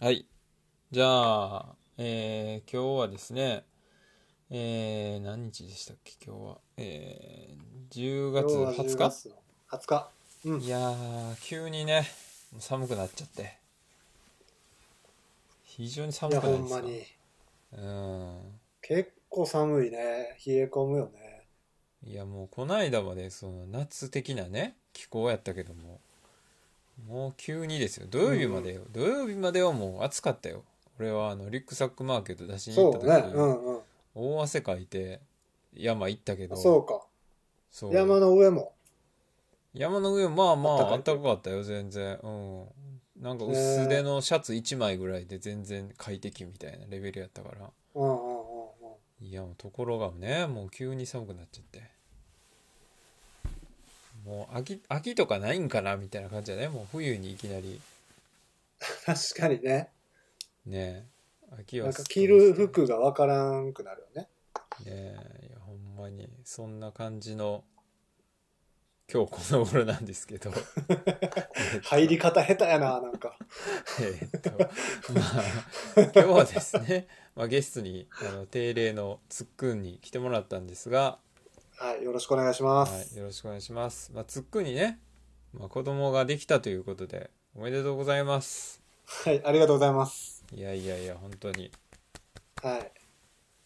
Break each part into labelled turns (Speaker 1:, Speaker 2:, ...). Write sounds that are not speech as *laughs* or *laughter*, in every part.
Speaker 1: はい。じゃあ、えー今日はですね、えー何日でしたっけ、今日は。えー10月
Speaker 2: 今日は
Speaker 1: 20日
Speaker 2: 10月の20日。うん
Speaker 1: い。やー、急にね、もう寒くなっちゃって。非常に
Speaker 2: い
Speaker 1: 寒
Speaker 2: や、
Speaker 1: くな
Speaker 2: ほ
Speaker 1: い
Speaker 2: ん
Speaker 1: です
Speaker 2: ま
Speaker 1: か
Speaker 2: に。
Speaker 1: うん。
Speaker 2: 結構寒いね。冷え込むよね。
Speaker 1: いや、もう、こないだまで、その、夏的なね、気候やったけども、もう急にですよ。土曜日までよ。土曜日まではもう暑かったよ。俺は、あの、リュックサックマーケット出しに行
Speaker 2: そ
Speaker 1: った
Speaker 2: う
Speaker 1: 時
Speaker 2: ね。うんうん。
Speaker 1: 大汗かいて山行ったけど
Speaker 2: あそうか。
Speaker 1: そう
Speaker 2: 山の上も。
Speaker 1: 山の上まあまあ
Speaker 2: あ
Speaker 1: あ
Speaker 2: っ
Speaker 1: ったたかかったよ全然うんなんか薄手のシャツ1枚ぐらいで全然快適みたいなレベルやったから
Speaker 2: うんうんうんうん。
Speaker 1: いやもうところがねもう急に寒くなっちゃってもう秋秋とかないんかなみたいな感じだねもう冬にいきなり
Speaker 2: 確かにね。
Speaker 1: ね秋
Speaker 2: な
Speaker 1: は
Speaker 2: んか着る
Speaker 1: すっ
Speaker 2: 服がわからんくなるよね。
Speaker 1: ねえいやほんまにそんな感じの今日この頃なんですけど
Speaker 2: *laughs* 入り方下手やな、なんか。
Speaker 1: えーっとまあ今日はですね、まあ、ゲストにあの定例のつっくんに来てもらったんですが、
Speaker 2: はい。よろしくお願いしま
Speaker 1: は
Speaker 2: す
Speaker 1: い、。よろしくお願いします、まあ、つっくんにね、まあ、子供ができたということでおめでとうございます
Speaker 2: はい。ありがとうございます。
Speaker 1: いやいやいや本当に
Speaker 2: はい。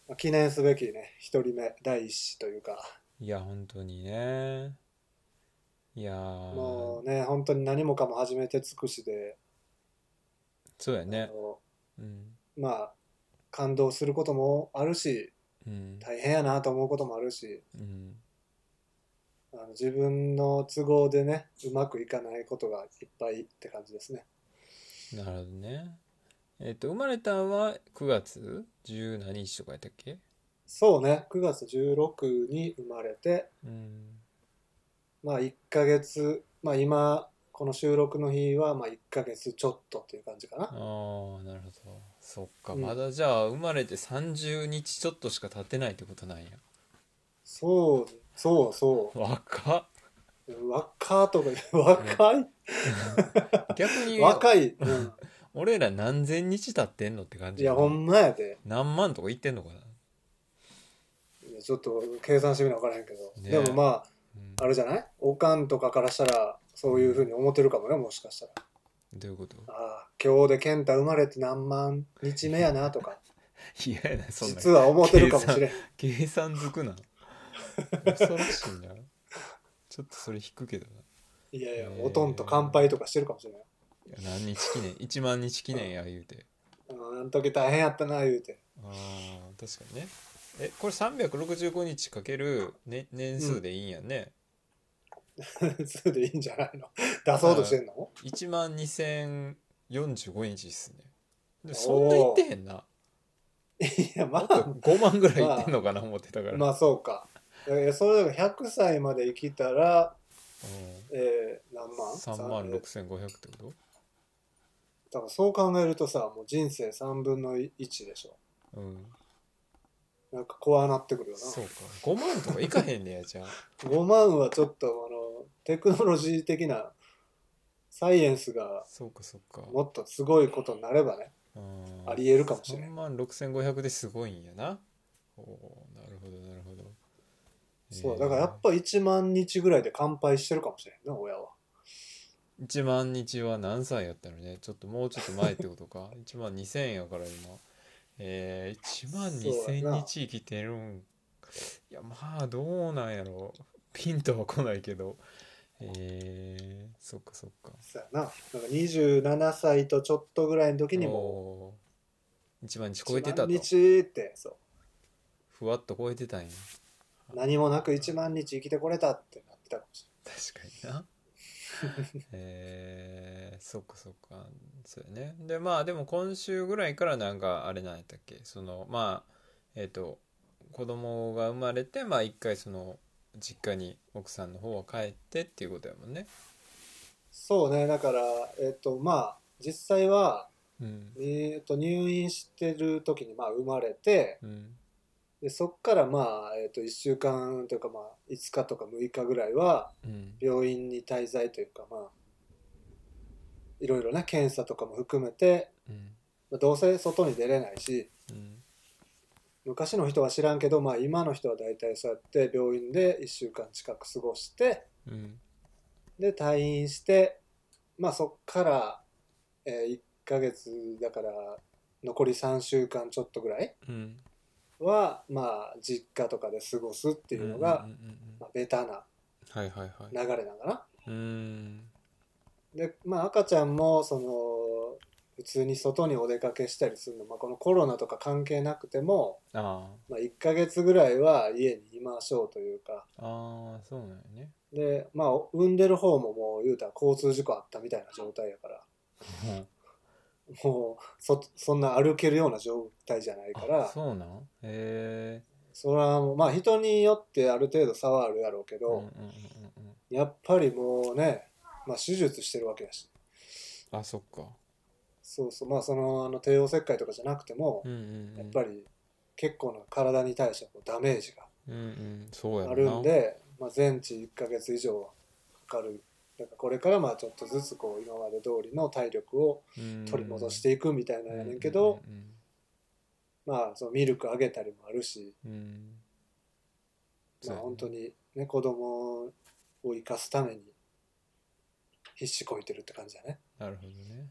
Speaker 2: まあ記念すべきね、一人目、第一子というか。
Speaker 1: いや本当にねいやー
Speaker 2: もうね、本当に何もかも初めて尽くしで、
Speaker 1: そうや
Speaker 2: あ
Speaker 1: ね
Speaker 2: の
Speaker 1: うん
Speaker 2: まあ、感動することもあるし、
Speaker 1: うん
Speaker 2: 大変やなと思うこともあるし、
Speaker 1: うん
Speaker 2: あの自分の都合でね、うまくいかないことがいっぱいって感じですね。
Speaker 1: なるほどね。えっと、生まれたんは9月十何日とかやったっけ
Speaker 2: そうね、9月16に生まれて、
Speaker 1: うん。
Speaker 2: まあ1ヶ月、まあ今、この収録の日はまあ1ヶ月ちょっとっていう感じか
Speaker 1: あ
Speaker 2: な。
Speaker 1: あ、なるほど。そっか、
Speaker 2: うん
Speaker 1: まだじゃあ生まれて30日ちょっとしか経ってないってことなんや。
Speaker 2: そう、そうそ
Speaker 1: 若っ。
Speaker 2: う。若とか、 *laughs* 若い、
Speaker 1: 逆に
Speaker 2: 若い、うん。
Speaker 1: 俺ら何千日経ってんのって感
Speaker 2: い
Speaker 1: じ。
Speaker 2: や、ほんまやで。
Speaker 1: 何万とか言ってんのかな。
Speaker 2: いやちょっと計算してみな分からへんけど、
Speaker 1: ね
Speaker 2: でもま
Speaker 1: うん
Speaker 2: ああれじゃないおかんとかからしたらそういうふうに思ってるかもねもしかしたら
Speaker 1: どういうこと
Speaker 2: ああ今日で健太生まれて何万日目やなとか
Speaker 1: いやいや、 *laughs* そんな
Speaker 2: 実は思ってるかもしれん
Speaker 1: 計算づ
Speaker 2: *laughs*
Speaker 1: くな。恐ろしいな。ちょっとそれ引くけどな。
Speaker 2: いやいや
Speaker 1: えー
Speaker 2: おとんと乾杯とかしてるかもしれない
Speaker 1: いや何日記念 ?1 万日記念や言うて。
Speaker 2: うんあの時大変やったな言うて *laughs*
Speaker 1: ああ確かにねえこれ365日かける、ね、年数でいいんやね、
Speaker 2: それでいいんじ
Speaker 1: *laughs*
Speaker 2: ゃないの出そうとしてんの
Speaker 1: 1万2045日っすねでそんな言ってへんない
Speaker 2: や
Speaker 1: *laughs*
Speaker 2: まあ
Speaker 1: 5万ぐらい言ってんのかな思ってたから、
Speaker 2: まあそうかえーそれでも100歳まで生きたら、
Speaker 1: う
Speaker 2: えー何
Speaker 1: ん、
Speaker 2: 万
Speaker 1: 3万6500ってこ
Speaker 2: だからそう考えるとさもう人生3分の1でしょ
Speaker 1: とうん
Speaker 2: なんか怖なってくるよ
Speaker 1: そう
Speaker 2: な
Speaker 1: か5万とかいかへんねやじゃあ *laughs*
Speaker 2: 5万はちょっとあのテクノロジー的なサイエンスが
Speaker 1: そうかそうか
Speaker 2: もっとすごいことになればね
Speaker 1: うん
Speaker 2: ありえるかもしれ
Speaker 1: 3
Speaker 2: ん
Speaker 1: 万6500ですごいんやなおおなるほどなるほど
Speaker 2: そうだからやっぱ1万日ぐらいで乾杯してるかもしれんな親は
Speaker 1: 1万日は何歳やったのねちょっともうちょっと前ってこと
Speaker 2: *laughs*
Speaker 1: か1万2000やから今えー、1万
Speaker 2: そうやな
Speaker 1: 2000日生きてるんいやまあどうなんやろピンとは来ないけどえー、そっかそっか
Speaker 2: そうやななんか27歳とちょっとぐらいの時にも
Speaker 1: おー1万日
Speaker 2: 1
Speaker 1: 超えてた
Speaker 2: 万
Speaker 1: と
Speaker 2: 日ってそ
Speaker 1: ふわっと超えてたんや
Speaker 2: う何もなく1万日生きてこれたってなってたかもし
Speaker 1: 確かにな *laughs* えー、そっかそっかそうやねでまあでも今週ぐらいからなんかあれなんやったっけそのまあえっ、と子供が生まれてまあ一回その実家に奥さんの方は帰ってっていうことやもんね
Speaker 2: れんそうねだからえっ、とまあ実際は、
Speaker 1: うん
Speaker 2: えっと入院してる時にまあ生まれて、
Speaker 1: うん
Speaker 2: でそっからまあ、えー、と1週間というかまあ5日とか6日ぐらいは
Speaker 1: うん
Speaker 2: 病院に滞在というかまあいろいろね検査とかも含めて
Speaker 1: うん
Speaker 2: まあどうせ外に出れないし
Speaker 1: うん
Speaker 2: 昔の人は知らんけど、まあ、今の人は大体そうやって病院で1週間近く過ごして
Speaker 1: うん
Speaker 2: で退院して、まあ、そっから、え1ヶ月だから残り3週間ちょっとぐらい
Speaker 1: うん
Speaker 2: は、まあ、実家とかで過ごすっていうのが、
Speaker 1: んんうん
Speaker 2: まあ、ベタな
Speaker 1: はいはいは
Speaker 2: 流れなのかな。
Speaker 1: いうん
Speaker 2: で、まあ、赤ちゃんもその普通に外にお出かけしたりするの、まあ、このコロナとか関係なくても、
Speaker 1: ああ
Speaker 2: まあ、1ヶ月ぐらいは家にいましょうというか
Speaker 1: ああそうなんやね
Speaker 2: で、まあ、産んでる方ももう言うたら交通事故あったみたいな状態やからもうそそんな歩けるような状態じゃないから
Speaker 1: あそうなんへえ
Speaker 2: それはもうまあ人によってある程度差はあるやろうけ
Speaker 1: うんうん
Speaker 2: ど、
Speaker 1: うんうん
Speaker 2: やっぱりもうね、まあ、手術してるわけやし
Speaker 1: あそっか
Speaker 2: そうそうまあそのあの帝王切開とかじゃなくても、
Speaker 1: うんうんうん
Speaker 2: やっぱり結構な体に対してこうダメージが
Speaker 1: うんうんそうや
Speaker 2: あ
Speaker 1: ろ
Speaker 2: る
Speaker 1: なん
Speaker 2: で、まあ、全治1ヶ月以上はかかるだからこれからまあちょっとずつこう今まで通りの体力を
Speaker 1: うん
Speaker 2: 取り戻していくみたいなんやねんけど、まあそのミルクあげたりもあるし、
Speaker 1: うんうんうん
Speaker 2: まあ、本当
Speaker 1: に
Speaker 2: にね子供を生かすために必死こいてるって感じだね。
Speaker 1: なるほどね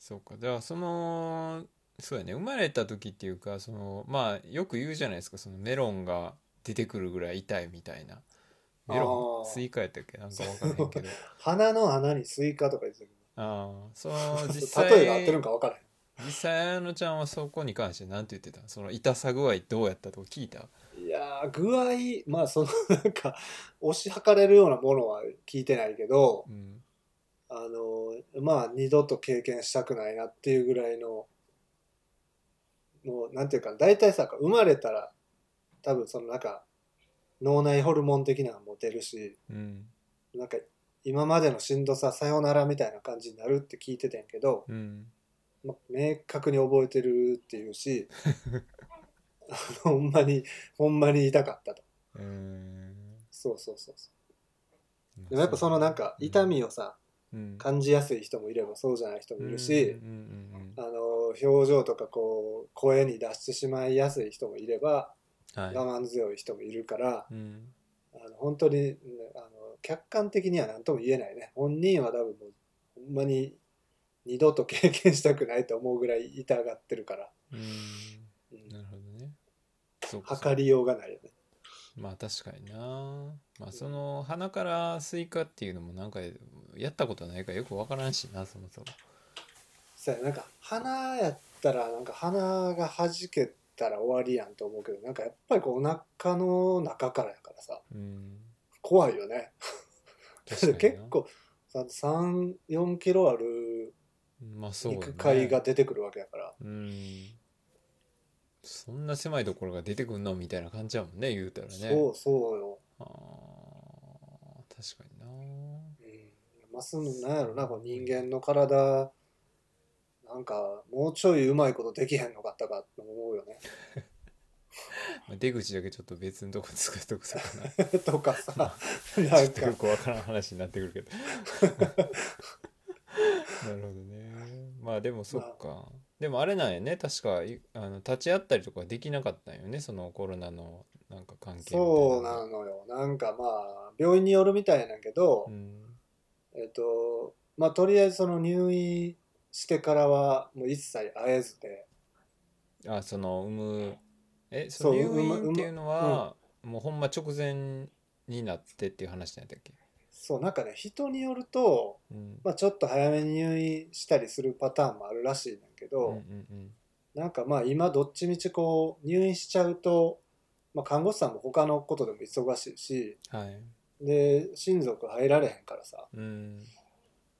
Speaker 1: そうかじゃあそのそうやね生まれた時っていうかそのまあよく言うじゃないですかそのメロンが出てくるぐらい痛いみたいなメロン
Speaker 2: あー
Speaker 1: スイカやったっけなんかわからへんけ *laughs* ど
Speaker 2: 鼻の穴にスイカとか言ってる
Speaker 1: ああその *laughs*
Speaker 2: けど
Speaker 1: 実際
Speaker 2: 例えが合ってるんか分からへん。
Speaker 1: 実際綾乃ちゃんはそこに関して何て言ってたその痛さ具合どうやったとか聞いた
Speaker 2: いやー具合まあそのなんか *laughs* 押し量れるようなものは聞いてないけど
Speaker 1: うん
Speaker 2: あのまあ二度と経験したくないなっていうぐらいのもうなんていうか大体さ生まれたら多分そのなんか脳内ホルモン的なのも出るし
Speaker 1: うん
Speaker 2: なんか今までのしんどささよならみたいな感じになるって聞いてたんやけど、
Speaker 1: うん
Speaker 2: ま、明確に覚えてるっていうし *laughs* あのほんまにほんまに痛かったと
Speaker 1: うーん
Speaker 2: そうそうそうそうでもやっぱそのなんか痛みをさ、
Speaker 1: うん
Speaker 2: 感じやすい人もいればそうじゃない人もいるし
Speaker 1: う、んうん
Speaker 2: あの表情とかこう声に出してしまいやすい人もいれば
Speaker 1: うんうん、はい
Speaker 2: 我慢強い人もいるから、
Speaker 1: うん
Speaker 2: あの本当に、ねあの客観的には何とも言えないね本人は多分もうほんまに二度と経験したくないと思うぐらい痛がってるから、
Speaker 1: うん
Speaker 2: うん
Speaker 1: なるほどねそうか
Speaker 2: 測りようがないよね。
Speaker 1: まあ確かになまあその鼻からスイカっていうのもなんかやったことないからよくわからんしなそもそも
Speaker 2: そうやなんか鼻やったらなんか鼻が弾けたら終わりやんと思うけどなんかやっぱりこうお腹の中からやからさ
Speaker 1: うん
Speaker 2: 怖いよね。
Speaker 1: 確かに
Speaker 2: *laughs* 結
Speaker 1: な
Speaker 2: 構34キロある
Speaker 1: まあそうよね
Speaker 2: 肉塊が出てくるわけやから
Speaker 1: うんそんな狭いところが出てくんのみたいな感じやもんね言うたらね
Speaker 2: そうそうよ、
Speaker 1: あー確かにな
Speaker 2: うん、ますなんやろなこう人間の体なんかもうちょいうまいことできへんのかったかって思うよね *laughs*
Speaker 1: まあ出口だけちょっと別のとこ作っとくとかな *laughs*
Speaker 2: とかさ
Speaker 1: ま
Speaker 2: な
Speaker 1: ちょ
Speaker 2: ん
Speaker 1: っとよ
Speaker 2: か
Speaker 1: くわからん話 *laughs* になってくるけどなるほどねまあでもそっか、でもあれなんやね確かいあの立ち会ったりとかできなかったんよねそのコロナのなんか関係みたい
Speaker 2: そ
Speaker 1: の
Speaker 2: うなのよなんかまあ病院によるみたいなんやけど
Speaker 1: う、ん
Speaker 2: えっとまあとりあえずその入院してからはもう一切会えずで
Speaker 1: あその産むえ
Speaker 2: そ
Speaker 1: そうの入院っていうの
Speaker 2: 産む産
Speaker 1: は、もうほんま直前になってっていう話なんやったっけ、
Speaker 2: そうなんかね人によると
Speaker 1: うん
Speaker 2: まあ、ちょっと早めに入院したりするパターンもあるらしいねんだけ
Speaker 1: うんう
Speaker 2: ど、
Speaker 1: ん
Speaker 2: なんかまあ今どっちみちこう入院しちゃうと、まあ、看護師さんも他のことでも忙しいし
Speaker 1: うんはい
Speaker 2: で親族入られへんからさ
Speaker 1: うん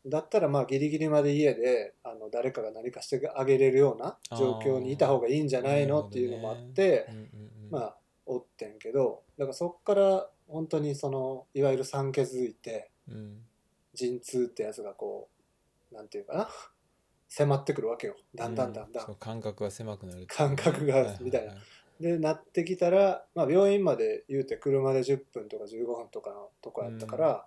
Speaker 2: だったらまあギリギリまで家であの誰かが何かしてあげれるような状況にいた方がいいんじゃないの
Speaker 1: あー
Speaker 2: っていうのもあっ
Speaker 1: う
Speaker 2: て
Speaker 1: ん、うんうん
Speaker 2: まあおってんけどだからそっから本当にそのいわゆる産気づいて
Speaker 1: うん
Speaker 2: 陣痛ってやつがこうなんていうかな迫ってくるわけよだんだんだんだん、
Speaker 1: そう感覚が狭くなるっていう
Speaker 2: 感覚が
Speaker 1: はいはいはい
Speaker 2: みたいなでなってきたら、まあ、病院まで言うて車で10分とか15分とかのとこやったから、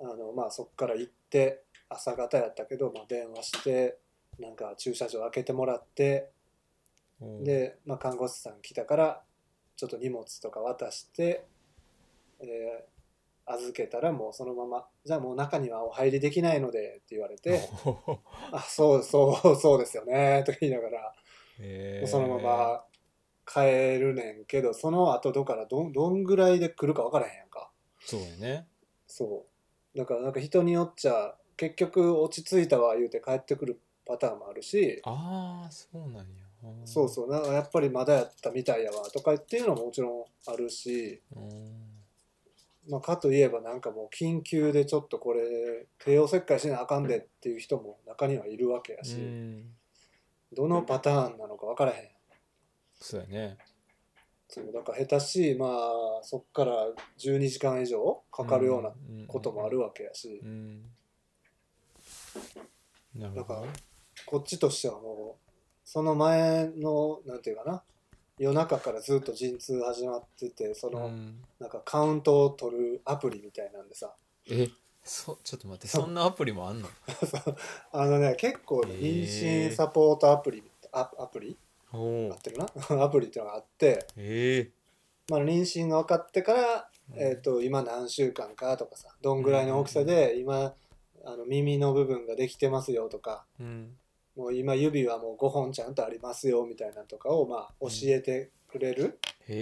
Speaker 2: あのまあ、そこから行って朝方やったけど、まあ、電話してなんか駐車場開けてもらって
Speaker 1: おう、
Speaker 2: で、まあ、看護師さん来たからちょっと荷物とか渡して、えー預けたらもうそのまま「じゃあもう中にはお入りできないので」って言われて「あそうそうそうですよね」とか言いながら
Speaker 1: *laughs* へー
Speaker 2: そのまま帰るねんけどその後どっからどんどんぐらいで来るか分からへんやんか。
Speaker 1: そうやね
Speaker 2: そうだからなんか人によっちゃ結局落ち着いたわ言うて帰ってくるパターンもあるし
Speaker 1: ああそうなんやあー
Speaker 2: そうそうなんかやっぱりまだやったみたいやわとかっていうのももちろんあるし、
Speaker 1: うん
Speaker 2: まあ、かといえばなんかもう緊急でちょっとこれ帝王切開しなあかんでっていう人も中にはいるわけや
Speaker 1: う
Speaker 2: し、
Speaker 1: ん
Speaker 2: どのパターンなのか分からへん
Speaker 1: そうやね
Speaker 2: そうだから下手しいまあそっから12時間以上かかるようなこともあるわけやし、
Speaker 1: うん、うんなる
Speaker 2: だ
Speaker 1: ほ
Speaker 2: から
Speaker 1: ど
Speaker 2: こっちとしてはもうその前のなんていうかな夜中からずっと陣痛始まっててその、
Speaker 1: うん
Speaker 2: なんかカウントを取るアプリみたいなんでさ
Speaker 1: えそちょっと待ってそんなアプリもあんの
Speaker 2: そうあのね結構ね
Speaker 1: へ
Speaker 2: 妊
Speaker 1: ー
Speaker 2: 娠サポートアプリアアプリ
Speaker 1: お
Speaker 2: 合
Speaker 1: お
Speaker 2: ってるな *laughs* アプリっていうのがあって、
Speaker 1: え
Speaker 2: まあ、妊娠が分かってから、
Speaker 1: え
Speaker 2: えー、と今何週間かとかさどんぐらいの大きさで今あの耳の部分ができてますよとか
Speaker 1: うん
Speaker 2: もう今指はもう5本ちゃんとありますよみたいなのとかをまあ教えてくれる、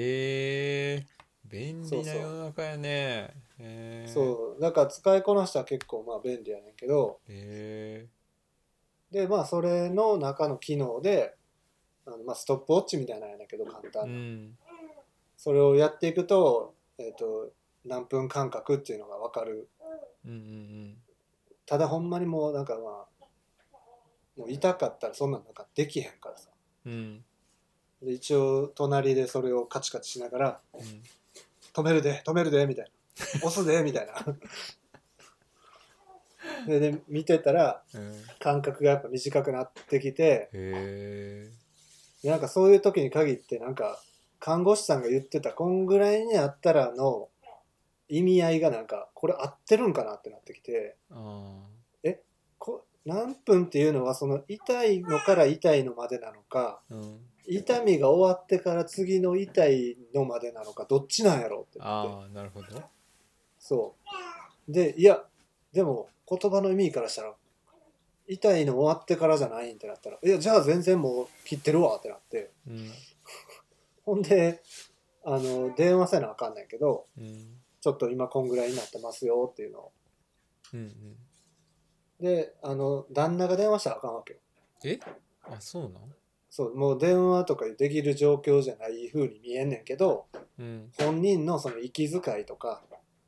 Speaker 1: へえ便
Speaker 2: そ
Speaker 1: 利
Speaker 2: うそ
Speaker 1: な
Speaker 2: う
Speaker 1: 世の中やねへえ
Speaker 2: そうだから使いこなしたら結構まあ便利やねんけど
Speaker 1: へえ
Speaker 2: でまあそれの中の機能であの、まあ、ストップウォッチみたいなんやねんけど簡
Speaker 1: う
Speaker 2: 単な、
Speaker 1: ん
Speaker 2: それをやっていくと,、えっと何分間隔っていうのが分かる
Speaker 1: うんうん
Speaker 2: ただほんまにもうなんかまあもう痛かったらそんなんなんかできへんからさ
Speaker 1: うんうん
Speaker 2: で一応隣でそれをカチカチしながら
Speaker 1: うん
Speaker 2: 止めるで止めるでみたいな押すでみたいなでで見てたら
Speaker 1: うん
Speaker 2: 間隔がやっぱ短くなってきて
Speaker 1: へえ
Speaker 2: でなんかそういう時に限ってなんか看護師さんが言ってたこんぐらいにあったらの意味合いがなんかこれ合ってるんかなってなってきて
Speaker 1: ああ
Speaker 2: こ何分っていうのはその痛いのから痛いのまでなのか
Speaker 1: うん
Speaker 2: 痛みが終わってから次の痛いのまでなのかどっちなんやろうってなって
Speaker 1: ああなるほど
Speaker 2: そうでいやでも言葉の意味からしたら痛いの終わってからじゃないんってなったらいやじゃあ全然もう切ってるわってなって
Speaker 1: うん
Speaker 2: ほんであの電話せなあかんないけど
Speaker 1: うん
Speaker 2: ちょっと今こんぐらいになってますよっていうのを
Speaker 1: うんうん
Speaker 2: であの旦那が電話したらあかんわけよ
Speaker 1: えあそうなん
Speaker 2: そうもう電話とかできる状況じゃない風に見えんねんけど
Speaker 1: うん
Speaker 2: 本人のその息遣いとか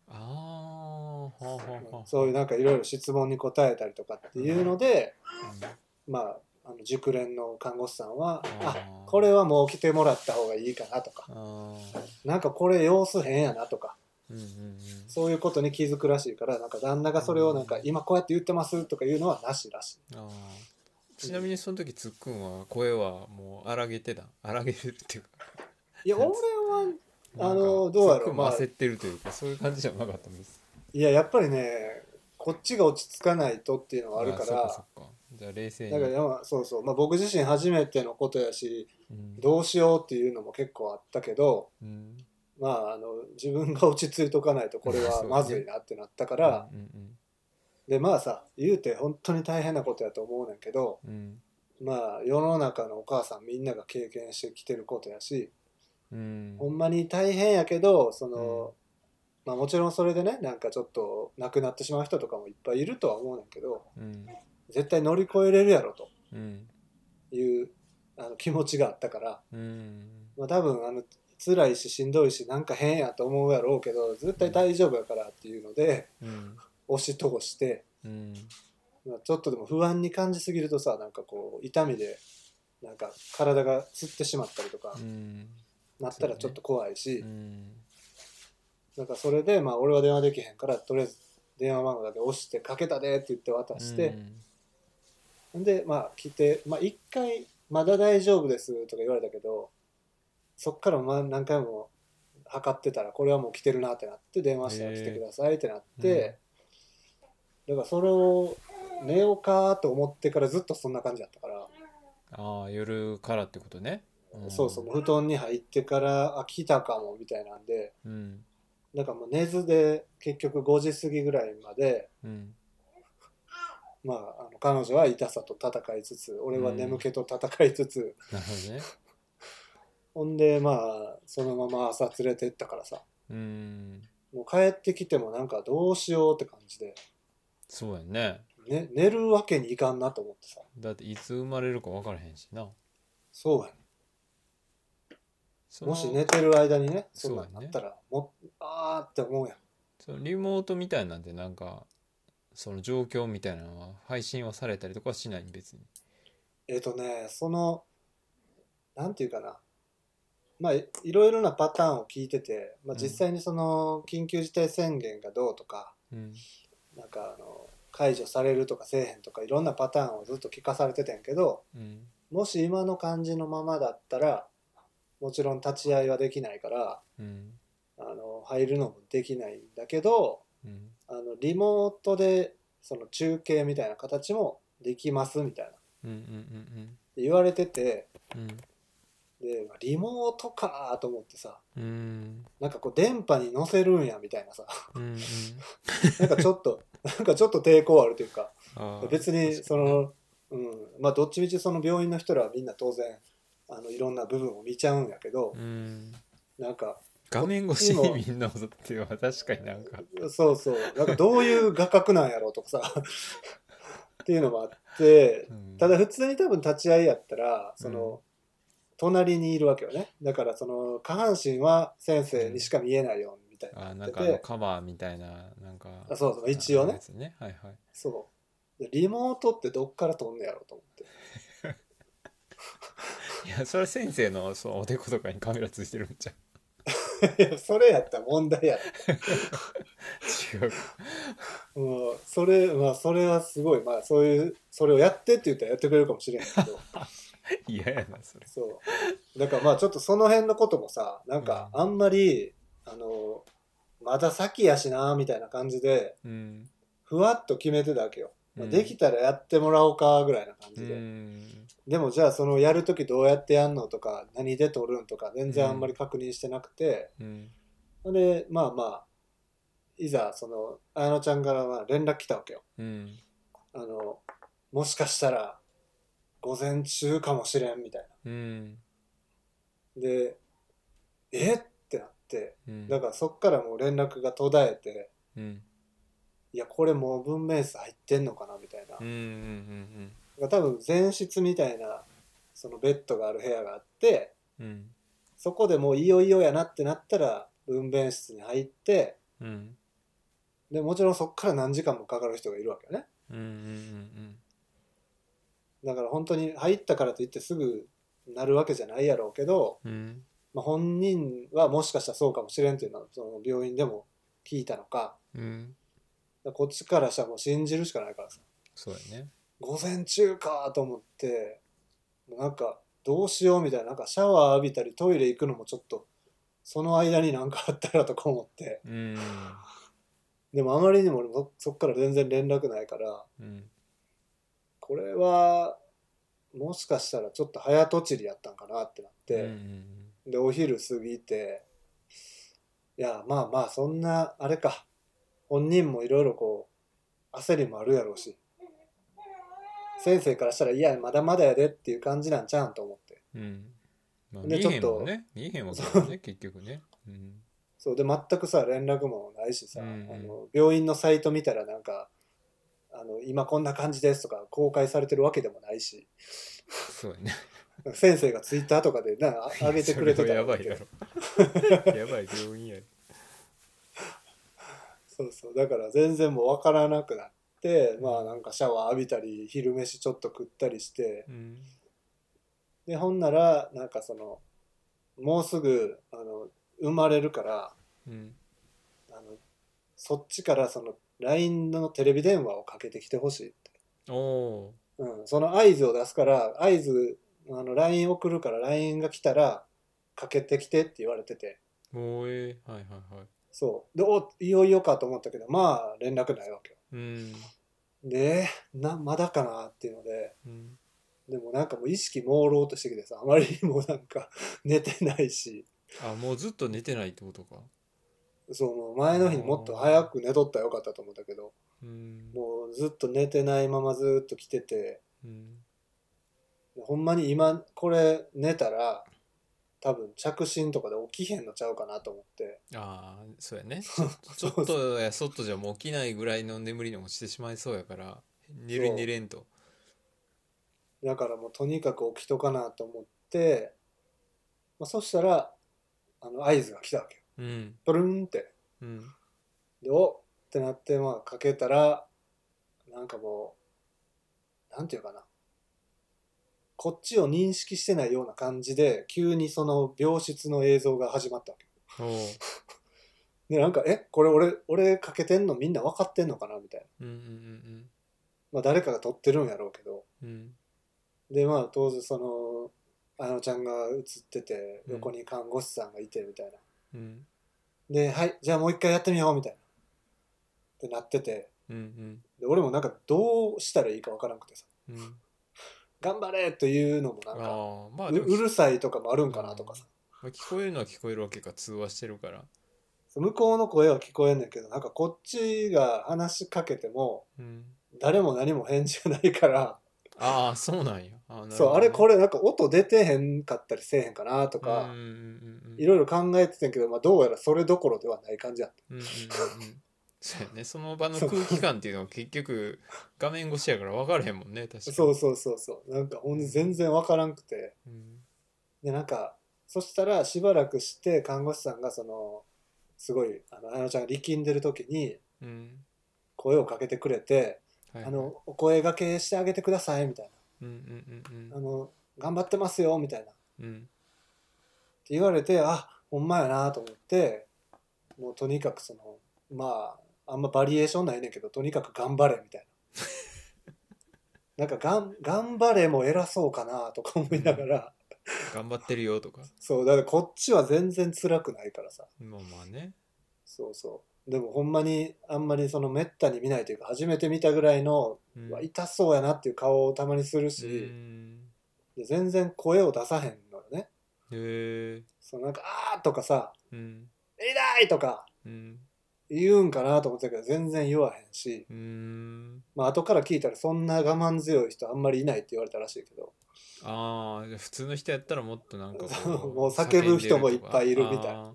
Speaker 1: ああはあはあはあ
Speaker 2: そういうなんかいろいろ質問に答えたりとかっていうので、
Speaker 1: うん
Speaker 2: まああの熟練の看護師さんは「あ
Speaker 1: ー
Speaker 2: これはもう来てもらった方がいいかな」とか
Speaker 1: ああ
Speaker 2: 「なんかこれ様子変やな」とか
Speaker 1: うんうんうん
Speaker 2: そういうことに気づくらしいからなんか旦那がそれをなんか
Speaker 1: う
Speaker 2: 「今こうやって言ってます」とかいうのはなしらしい。
Speaker 1: ああちなみにその時つっくんは声はもう荒げてた荒げてるっていうか
Speaker 2: いや俺
Speaker 1: な
Speaker 2: は
Speaker 1: んか
Speaker 2: あのどうやろう
Speaker 1: つっくん
Speaker 2: ま
Speaker 1: も
Speaker 2: あ
Speaker 1: 焦ってるというかそういう感じじゃなかったんです
Speaker 2: いややっぱりねこっちが落ち着かないとっていうのはあるか
Speaker 1: そっ
Speaker 2: ら
Speaker 1: かそっかじゃあ冷静
Speaker 2: だから
Speaker 1: に
Speaker 2: いやまあそうそう、まあ、僕自身初めてのことやし
Speaker 1: うん
Speaker 2: どうしようっていうのも結構あったけど
Speaker 1: うん
Speaker 2: まあ、あの自分が落ち着いとかないとこれはまずいなってなったから、
Speaker 1: うんうん
Speaker 2: でまあさ言うて本当に大変なことやと思うねんけど
Speaker 1: うん
Speaker 2: まあ世の中のお母さんみんなが経験してきてることやし
Speaker 1: うん
Speaker 2: ほんまに大変やけどその、まあ、もちろんそれでねなんかちょっと亡くなってしまう人とかもいっぱいいるとは思うねんけど
Speaker 1: うん
Speaker 2: 絶対乗り越えれるやろと
Speaker 1: うん
Speaker 2: いうあの気持ちがあったから、
Speaker 1: うん
Speaker 2: まあ、多分あの辛いししんどいしなんか変やと思うやろうけど絶対大丈夫やからっていうので
Speaker 1: うん
Speaker 2: 押し通して。
Speaker 1: うん
Speaker 2: まあちょっとでも不安に感じすぎるとさなんかこう痛みでなんか体がつってしまったりとか
Speaker 1: うん
Speaker 2: なったらちょっと怖いし、
Speaker 1: うん
Speaker 2: なんかそれで、まあ、俺は電話できへんからとりあえず電話番号だけ押して「かけたで」って言って渡して、ん、でまあ来て、まあ、1回「まだ大丈夫です」とか言われたけどそっからまあ何回も測ってたらこれはもう来てるなってなって電話したら来てくださいってなって、
Speaker 1: へえ
Speaker 2: だからそれを寝ようかと思ってからずっとそんな感じだったから、
Speaker 1: ああ夜からってことね、ん
Speaker 2: そうそうもう布団に入ってからあ来たかもみたいなんで
Speaker 1: うん
Speaker 2: だからもう寝ずで結局5時過ぎぐらいまで、
Speaker 1: うん
Speaker 2: まあ、あの彼女は痛さと戦いつつ俺は眠気と戦いつつ、
Speaker 1: なるほどね
Speaker 2: ほんでまあそのまま朝連れてったからさ
Speaker 1: うん
Speaker 2: もう帰ってきてもなんかどうしようって感じで、
Speaker 1: そうやね
Speaker 2: ね、寝るわけにいかんなと思ってさ
Speaker 1: だっていつ生まれるか分からへんしな
Speaker 2: そうやね
Speaker 1: その
Speaker 2: もし寝てる間にねそんな
Speaker 1: そ
Speaker 2: ん
Speaker 1: うや
Speaker 2: な
Speaker 1: ね
Speaker 2: ったらもっあーって思うやん
Speaker 1: そのリモートみたいなんでなんかその状況みたいなのは配信はされたりとかはしない別に
Speaker 2: えっ、とねそのなんていうかなまあいいろいろなパターンを聞いてて、まあ、
Speaker 1: うん
Speaker 2: 実際にその緊急事態宣言がどうとか、
Speaker 1: うん
Speaker 2: なんかあの解除されるとかせえへんとかいろんなパターンをずっと聞かされててんけど、
Speaker 1: うん
Speaker 2: もし今の感じのままだったらもちろん立ち会いはできないから
Speaker 1: うん
Speaker 2: あの入るのもできないんだけど
Speaker 1: うん
Speaker 2: あのリモートでその中継みたいな形もできますみたいな
Speaker 1: うんうん
Speaker 2: 言われてて
Speaker 1: うんうん
Speaker 2: でリモートかと思ってさ
Speaker 1: うん
Speaker 2: なんかこう電波に乗せるんやみたいなさ
Speaker 1: うんうん
Speaker 2: なんかちょっとなんかちょっと抵抗あるというか
Speaker 1: あー
Speaker 2: 別にそ
Speaker 1: 確か
Speaker 2: の、うんまあ、どっちみちその病院の人らはみんな当然あのいろんな部分を見ちゃうんやけど
Speaker 1: にうん
Speaker 2: なんか
Speaker 1: 画面越しにみんな踊っては確かになんか
Speaker 2: そうそう。なんかどういう画角なんやろうとかさ、っていうのもあって、
Speaker 1: うん
Speaker 2: ただ普通に多分立ち会いやったら、その、隣にいるわけよね。だからその下半身は先生にしか見えないよみたいな。
Speaker 1: あなんかあのカバーみたいななんか
Speaker 2: あそうそう一応ね
Speaker 1: やつねはいはい
Speaker 2: そう。でリモートってどっから撮んねやろうと思って。
Speaker 1: いやそれは先生のそのおでことかにカメラついてるんちゃ
Speaker 2: いやそれやったら問題やろ。
Speaker 1: う違う
Speaker 2: もうそれ、まあそれはすごい、まあそういう、それをやってって言ったらやってくれるかもし
Speaker 1: *laughs*
Speaker 2: れんけど。
Speaker 1: 嫌やなそれ
Speaker 2: そうだからまあちょっとその辺のこともさなんか
Speaker 1: うん
Speaker 2: あんまり、あのまだ先やしなみたいな感じで
Speaker 1: うん
Speaker 2: ふわっと決めてたわけよ、まあ
Speaker 1: うん
Speaker 2: できたらやってもらおうかぐらいな感
Speaker 1: う
Speaker 2: じで、
Speaker 1: ん
Speaker 2: でもじゃあそのやる時どうやってやんのとか何で撮るんとか全然あんまり確認してなくて、
Speaker 1: うん
Speaker 2: ほん、でまあまあいざその綾乃ちゃんからまあ連絡来たわけよ
Speaker 1: うん
Speaker 2: あのもしかしたら午前中かもしれんみたい
Speaker 1: うん
Speaker 2: なでえってなって
Speaker 1: うん
Speaker 2: だからそっからもう連絡が途絶えて、
Speaker 1: うん
Speaker 2: いや、これもう文面数入ってんのかなみたいな。
Speaker 1: うんうんうん
Speaker 2: だから多分前室みたいな、そのベッドがある部屋があって、
Speaker 1: うんうん
Speaker 2: そこでもういよいよやなってなったら、分娩室に入って、
Speaker 1: うん
Speaker 2: で、もちろんそっから何時間もかかる人がいるわけよね。
Speaker 1: うんうん
Speaker 2: だから本当に入ったからといってすぐなるわけじゃないやろうけど、
Speaker 1: うんうん
Speaker 2: まあ、本人はもしかしたらそうかもしれんっていうのは、その病院でも聞いたのか、
Speaker 1: うん
Speaker 2: だからこっちからしたらもう信じるしかないからさ。
Speaker 1: そうやね
Speaker 2: 午前中かと思ってもうなんかどうしようみたいななんかシャワー浴びたりトイレ行くのもちょっとその間になんかあったらとか思って
Speaker 1: うん
Speaker 2: でもあまりにも俺もそそっから全然連絡ないから
Speaker 1: うん
Speaker 2: これはもしかしたらちょっと早とちりやったんかなってなっ
Speaker 1: うんう
Speaker 2: て、
Speaker 1: ん
Speaker 2: でお昼過ぎていやまあまあそんなあれか本人もいろいろこう焦りもあるやろうし先生からしたら「いやまだまだやで」っていう感じなんちゃうんと思って。
Speaker 1: うんまあ見え
Speaker 2: で
Speaker 1: へんもん
Speaker 2: ち
Speaker 1: ね見えへんわけだもんね結局ねうん
Speaker 2: そうで全くさ連絡もないしさ、
Speaker 1: うんうん
Speaker 2: あの病院のサイト見たらなんかあの今こんな感じですとか公開されてるわけでもないし
Speaker 1: そうやね
Speaker 2: 先生がツイッターとかでなあ上げてくれて
Speaker 1: そ
Speaker 2: た
Speaker 1: はやばいや
Speaker 2: *laughs*
Speaker 1: ろやばい病院やろ
Speaker 2: そうそうだから全然もう分からなくなってまあなんかシャワー浴びたり昼飯ちょっと食ったりして
Speaker 1: うん
Speaker 2: でほんならなんかそのもうすぐあの生まれるから
Speaker 1: うん
Speaker 2: あのそっちからその LINE のテレビ電話をかけてきてほしいって。
Speaker 1: おお
Speaker 2: うん、その合図を出すから合図あの LINE 送るから LINE が来たらかけてきてって言われてて
Speaker 1: ーもうええはいはいはい
Speaker 2: そうでおいよいよかと思ったけどまあ連絡ないわけよ
Speaker 1: うん
Speaker 2: でなまだかなっていうので
Speaker 1: うん
Speaker 2: でもなんかもう意識朦朧としてきてさあまりにもなんか *laughs* 寝てないし
Speaker 1: あもうずっと寝てないってことか
Speaker 2: その前の日にもっと早く寝とったらよかったと思ったけど
Speaker 1: うん
Speaker 2: もうずっと寝てないままずっと来てて
Speaker 1: うん
Speaker 2: ほんまに今これ寝たら多分着信とかで起きへんのちゃうかなと思って
Speaker 1: ああそうやねちょちょっとやそっとじゃもう起きないぐらいの眠りに落ちてしまいそうやから寝る
Speaker 2: そう
Speaker 1: 寝れんと
Speaker 2: だからもうとにかく起きとかなと思って、まあ、そしたらあの合図が来たわけよ
Speaker 1: うん
Speaker 2: プルンって
Speaker 1: うん
Speaker 2: でおっってなってまあかけたらなんかもうなんていうかなこっちを認識してないような感じで急にその病室の映像が始まったわけ
Speaker 1: おう
Speaker 2: でなんかえこれ俺俺かけてんのみんな分かってんのかなみたいな、
Speaker 1: うんうん
Speaker 2: まあ、誰かが撮ってるんやろうけど
Speaker 1: うんうん
Speaker 2: でまあ当然そのあのちゃんが映ってて
Speaker 1: うん
Speaker 2: 横に看護師さんがいてみたいな、
Speaker 1: うん
Speaker 2: ではいじゃあもう一回やってみようみたいなってなってて
Speaker 1: うんうん
Speaker 2: で俺もなんかどうしたらいいか分からなくてさ
Speaker 1: うんうん
Speaker 2: 頑張れというのもなんか
Speaker 1: ああまあ
Speaker 2: う
Speaker 1: で
Speaker 2: う
Speaker 1: も
Speaker 2: るさいとかもあるんかなとかさ
Speaker 1: まあ聞こえるのは聞こえるわけか通話してるから
Speaker 2: 向こうの声は聞こえんねんけどなんかこっちが話しかけても
Speaker 1: うん
Speaker 2: 誰も何も返事がないから
Speaker 1: ああそうなんやあーなるほどね
Speaker 2: そうあれこれなんか音出てへんかったりせえへんかなと
Speaker 1: うん
Speaker 2: か
Speaker 1: うんうんうん
Speaker 2: いろいろ考えててんけど、まあ、どうやらそれどころではない感じやった
Speaker 1: うんうんうんうんそうやねその場の空気感っていうのは結局画面越しやから分からへんもんね確かに
Speaker 2: そうそうそうそうなんかほんで全然わからんくて
Speaker 1: うん
Speaker 2: でなんかそしたらしばらくして看護師さんがそのすごいあの綾乃ちゃんが力んでる時に
Speaker 1: うん
Speaker 2: 声をかけてくれて
Speaker 1: は
Speaker 2: 「
Speaker 1: い
Speaker 2: あのお声がけしてあげてください」みたい
Speaker 1: うんうんうん
Speaker 2: な「あの頑張ってますよ」みたいなって
Speaker 1: うんうん
Speaker 2: 言われてあほんまやなと思ってもうとにかくそのまああんまバリエーションないねんけどとにかく頑張れみ
Speaker 1: *laughs*
Speaker 2: たいな。なんかがん頑張れも偉そうかなとか思いながら
Speaker 1: 頑張ってるよとか
Speaker 2: そうだからこっちは全然辛くないからさ
Speaker 1: まあまあね
Speaker 2: そうそうでもほんまにあんまりそのめったに見ないというか初めて見たぐらいの、
Speaker 1: う
Speaker 2: うんわ痛そうやなっていう顔をたまにするし、
Speaker 1: うん
Speaker 2: で全然声を出さへんのよね
Speaker 1: へえ
Speaker 2: そのなんか「あー」とかさ
Speaker 1: うん
Speaker 2: 「痛い!」とか
Speaker 1: うん
Speaker 2: 言うんかなと思ってたけど全然言わへんし、
Speaker 1: うん
Speaker 2: まあ後から聞いたらそんな我慢強い人あんまりいないって言われたらしいけど
Speaker 1: ああじゃあ普通の人やったらもっとなんかこ
Speaker 2: そうもう叫ぶ人もいっぱいいるみたい
Speaker 1: な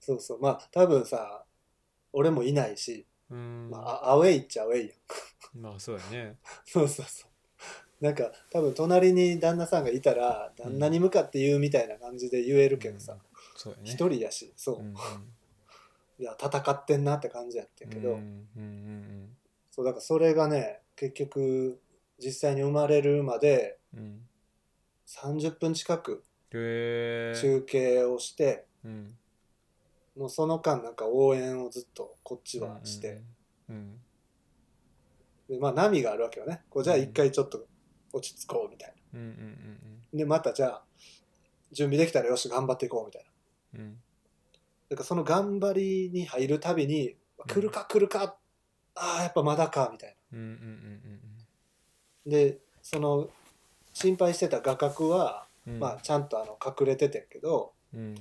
Speaker 2: そうそうまあ多分さ俺もいないし、
Speaker 1: うん
Speaker 2: ま
Speaker 1: まあ
Speaker 2: あ、アアウェイっちゃアウェイやん *laughs*
Speaker 1: そうやね
Speaker 2: そうそうそう。なんか多分隣に旦那さんがいたら旦那に向かって言うみたいな感じで言えるけどさ
Speaker 1: うんそうやね
Speaker 2: 一、人やしそう、
Speaker 1: うんうん
Speaker 2: いや戦ってんなって感じやってんけど、
Speaker 1: うんうんうん
Speaker 2: そうだからそれがね結局実際に生まれるまで
Speaker 1: うんうん
Speaker 2: 30分近く
Speaker 1: へえ
Speaker 2: 中継をして、
Speaker 1: うん
Speaker 2: もうその間なんか応援をずっとこっちはして、
Speaker 1: うんうん
Speaker 2: でまあ波があるわけよねこうじゃあ一回ちょっと落ち着こうみたい
Speaker 1: うんうん
Speaker 2: なでまたじゃあ準備できたらよし頑張っていこうみたいな。
Speaker 1: うんうん
Speaker 2: なんかその頑張りに入るたびに
Speaker 1: ん
Speaker 2: 来るか来るか、ああやっぱまだかみたい
Speaker 1: うんうんうん
Speaker 2: なでその心配してた画角は、
Speaker 1: うんうん
Speaker 2: まあ、ちゃんとあの隠れててんけど
Speaker 1: うん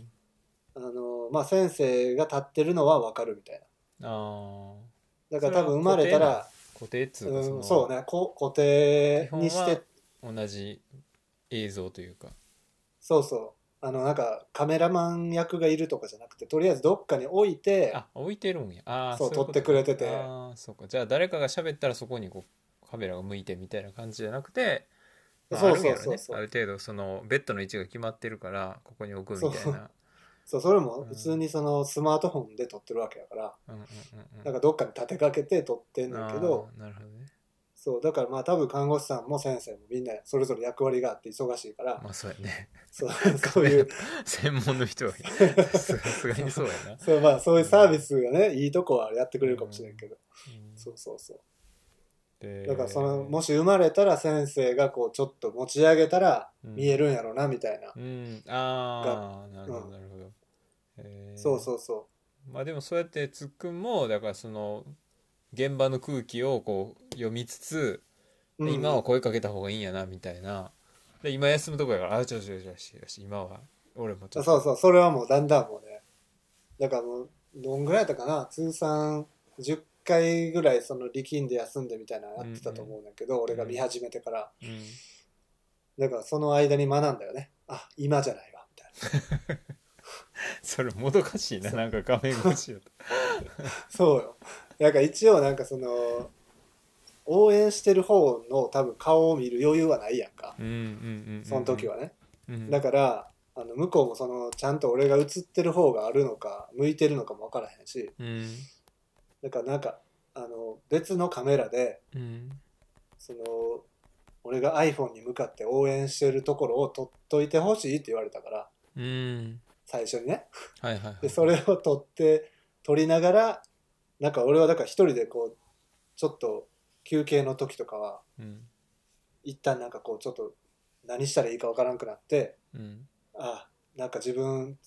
Speaker 2: あの、まあ、先生が立ってるのは分かるみたい
Speaker 1: あ
Speaker 2: なだから多分生まれたら
Speaker 1: ー固定っつう
Speaker 2: う
Speaker 1: か
Speaker 2: ん、
Speaker 1: の
Speaker 2: そうねこ固定にし
Speaker 1: 基
Speaker 2: て
Speaker 1: 同じ映像というか
Speaker 2: そうそうあのなんかカメラマン役がいるとかじゃなくてとりあえずどっかに置いて
Speaker 1: あ置いてるんやあー
Speaker 2: そう
Speaker 1: いこと
Speaker 2: 撮ってくれてて
Speaker 1: あーそうかじゃあ誰かが喋ったらそこにこうカメラが向いてみたいな感じじゃなくてまあ
Speaker 2: そう
Speaker 1: あるんやろ
Speaker 2: そうそうそう
Speaker 1: ねある程度そのベッドの位置が決まってるからここに置くみたいな
Speaker 2: そうそれも普通にそのスマートフォンで撮ってるわけだから、
Speaker 1: うんうんうん
Speaker 2: なん
Speaker 1: うん
Speaker 2: かどっかに立てかけて撮ってんだけど
Speaker 1: あーなるほどね
Speaker 2: そうだからまあ多分看護師さんも先生もみんなそれぞれ役割があって忙しいから、
Speaker 1: まあそうやね *laughs*
Speaker 2: そうそういう
Speaker 1: 専門の
Speaker 2: *laughs*
Speaker 1: 人はさすがにそうやな
Speaker 2: そう,、まあ、そういうサービスがねいいとこはやってくれるかもしれんけど、そうそうそうだからそのも
Speaker 1: し
Speaker 2: し生まれたら先生がこうちょっと持ち上げたら見え
Speaker 1: る
Speaker 2: るんやろなみたいな、
Speaker 1: うん、ああなるほどなるほど、
Speaker 2: そう
Speaker 1: う
Speaker 2: そうそ
Speaker 1: まあでもそうやってつっくんもだからその現場の空気をこう読みつつ、
Speaker 2: うん
Speaker 1: 今は声かけた方がいいんやなみたいなで今休むとこやからあちょちょちょちょよし今は俺もちょ
Speaker 2: あ
Speaker 1: っ
Speaker 2: そ
Speaker 1: と
Speaker 2: うそうそれはもうだんだんもうねだからもうどんぐらいだったかな通算10回ぐらいその力んで休んでみたいなのやってたと思うんだけど、俺が見始めてから
Speaker 1: うん
Speaker 2: だからその間に学んだよねあ今じゃないわみたいな *laughs*
Speaker 1: それもどかしいななんか画面越しや
Speaker 2: *laughs*
Speaker 1: と
Speaker 2: そうよなんか一応なんかその応援してる方の多分顔を見る余裕はないやんか
Speaker 1: うんうんうんうん
Speaker 2: その時はね、
Speaker 1: うん
Speaker 2: だからあの向こうもそのちゃんと俺が映ってる方があるのか向いてるのかも分からへんし、
Speaker 1: うん
Speaker 2: だからなんかあの別のカメラで
Speaker 1: うん
Speaker 2: その俺が iPhone に向かって応援してるところを撮っといてほしいって言われたから
Speaker 1: うん
Speaker 2: 最初にね
Speaker 1: はいはいはい
Speaker 2: でそれを撮って撮りながらなんか俺はだから一人でこうちょっと休憩の時とかは
Speaker 1: うん
Speaker 2: 一旦なんかこうちょっと何したらいいかわからんくなって
Speaker 1: うん
Speaker 2: あなんか自分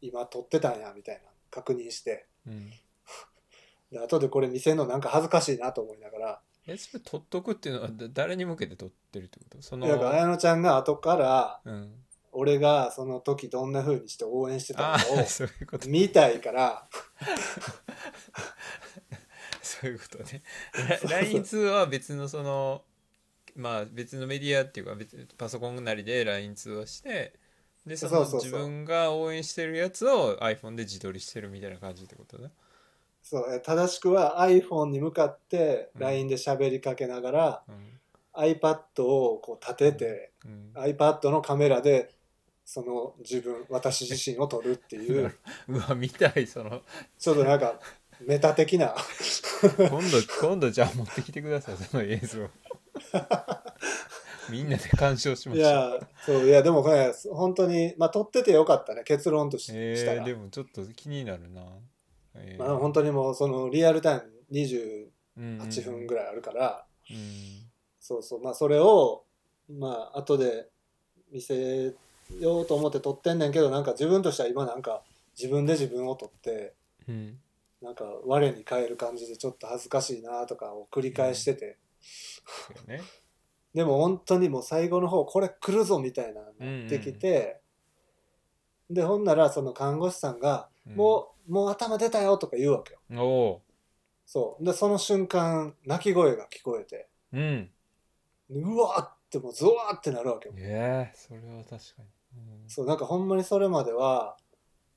Speaker 2: 今撮ってたんやみたいな確認して
Speaker 1: うん
Speaker 2: で後でこれ見せるのなんか恥ずかしいなと思いながら
Speaker 1: えそれ取っとくっていうのはだ誰に向けて取ってるってことその
Speaker 2: だから綾乃ちゃんが後から
Speaker 1: うん
Speaker 2: 俺がその時どんな風にして応援してた
Speaker 1: あ
Speaker 2: のか
Speaker 1: あ
Speaker 2: を
Speaker 1: *laughs* そういうこと
Speaker 2: 見たいから
Speaker 1: そういうことね。
Speaker 2: *laughs* そう
Speaker 1: LINE2 は別のそのまあ別のメディアっていうか別パソコンなりで LINE2 をしてでそ
Speaker 2: そ
Speaker 1: の
Speaker 2: うそうそう
Speaker 1: 自分が応援してるやつを iPhone で自撮りしてるみたいな感じってことね。
Speaker 2: そうえ正しくは iPhone に向かって
Speaker 1: うん
Speaker 2: LINE で喋りかけながら、
Speaker 1: うん
Speaker 2: iPad をこう立てて、
Speaker 1: うん
Speaker 2: iPad のカメラでその自分私自身を撮るっていう
Speaker 1: *laughs* うわ見たいその
Speaker 2: ちょっとなんかメタ
Speaker 1: *laughs*
Speaker 2: 的な
Speaker 1: 今度今度じゃあ持ってきてくださいその映
Speaker 2: *laughs*
Speaker 1: 像みんなで鑑賞しま
Speaker 2: い
Speaker 1: しょう
Speaker 2: やそういやでもこれ本当にまあ撮っててよかったね結論としした
Speaker 1: え
Speaker 2: ら、
Speaker 1: ー、でもちょっと気になるな、え
Speaker 2: まあ、本当にもうそのリアルタイム28
Speaker 1: 8
Speaker 2: 分
Speaker 1: ぐ
Speaker 2: ぐらいあるから、
Speaker 1: らい、うん
Speaker 2: そうそうまあそれをまあ後で見せようと思って撮ってんねんけどなんか自分としては今なんか自分で自分を撮って
Speaker 1: うん、
Speaker 2: なんか我に返る感じでちょっと恥ずかしいなとかを繰り返してて、
Speaker 1: そうよね
Speaker 2: でも本当にもう最後の方これ来るぞみたいなのになってきて、でほんならその看護師さんが「
Speaker 1: うん
Speaker 2: もうもう頭出たよ」とか言うわけよ
Speaker 1: おお
Speaker 2: そうでその瞬間泣き声が聞こえて
Speaker 1: うん
Speaker 2: うわーってもうゾワーってなるわけよ
Speaker 1: いやーそれは確かに、うん
Speaker 2: そうなんかほんまにそれまでは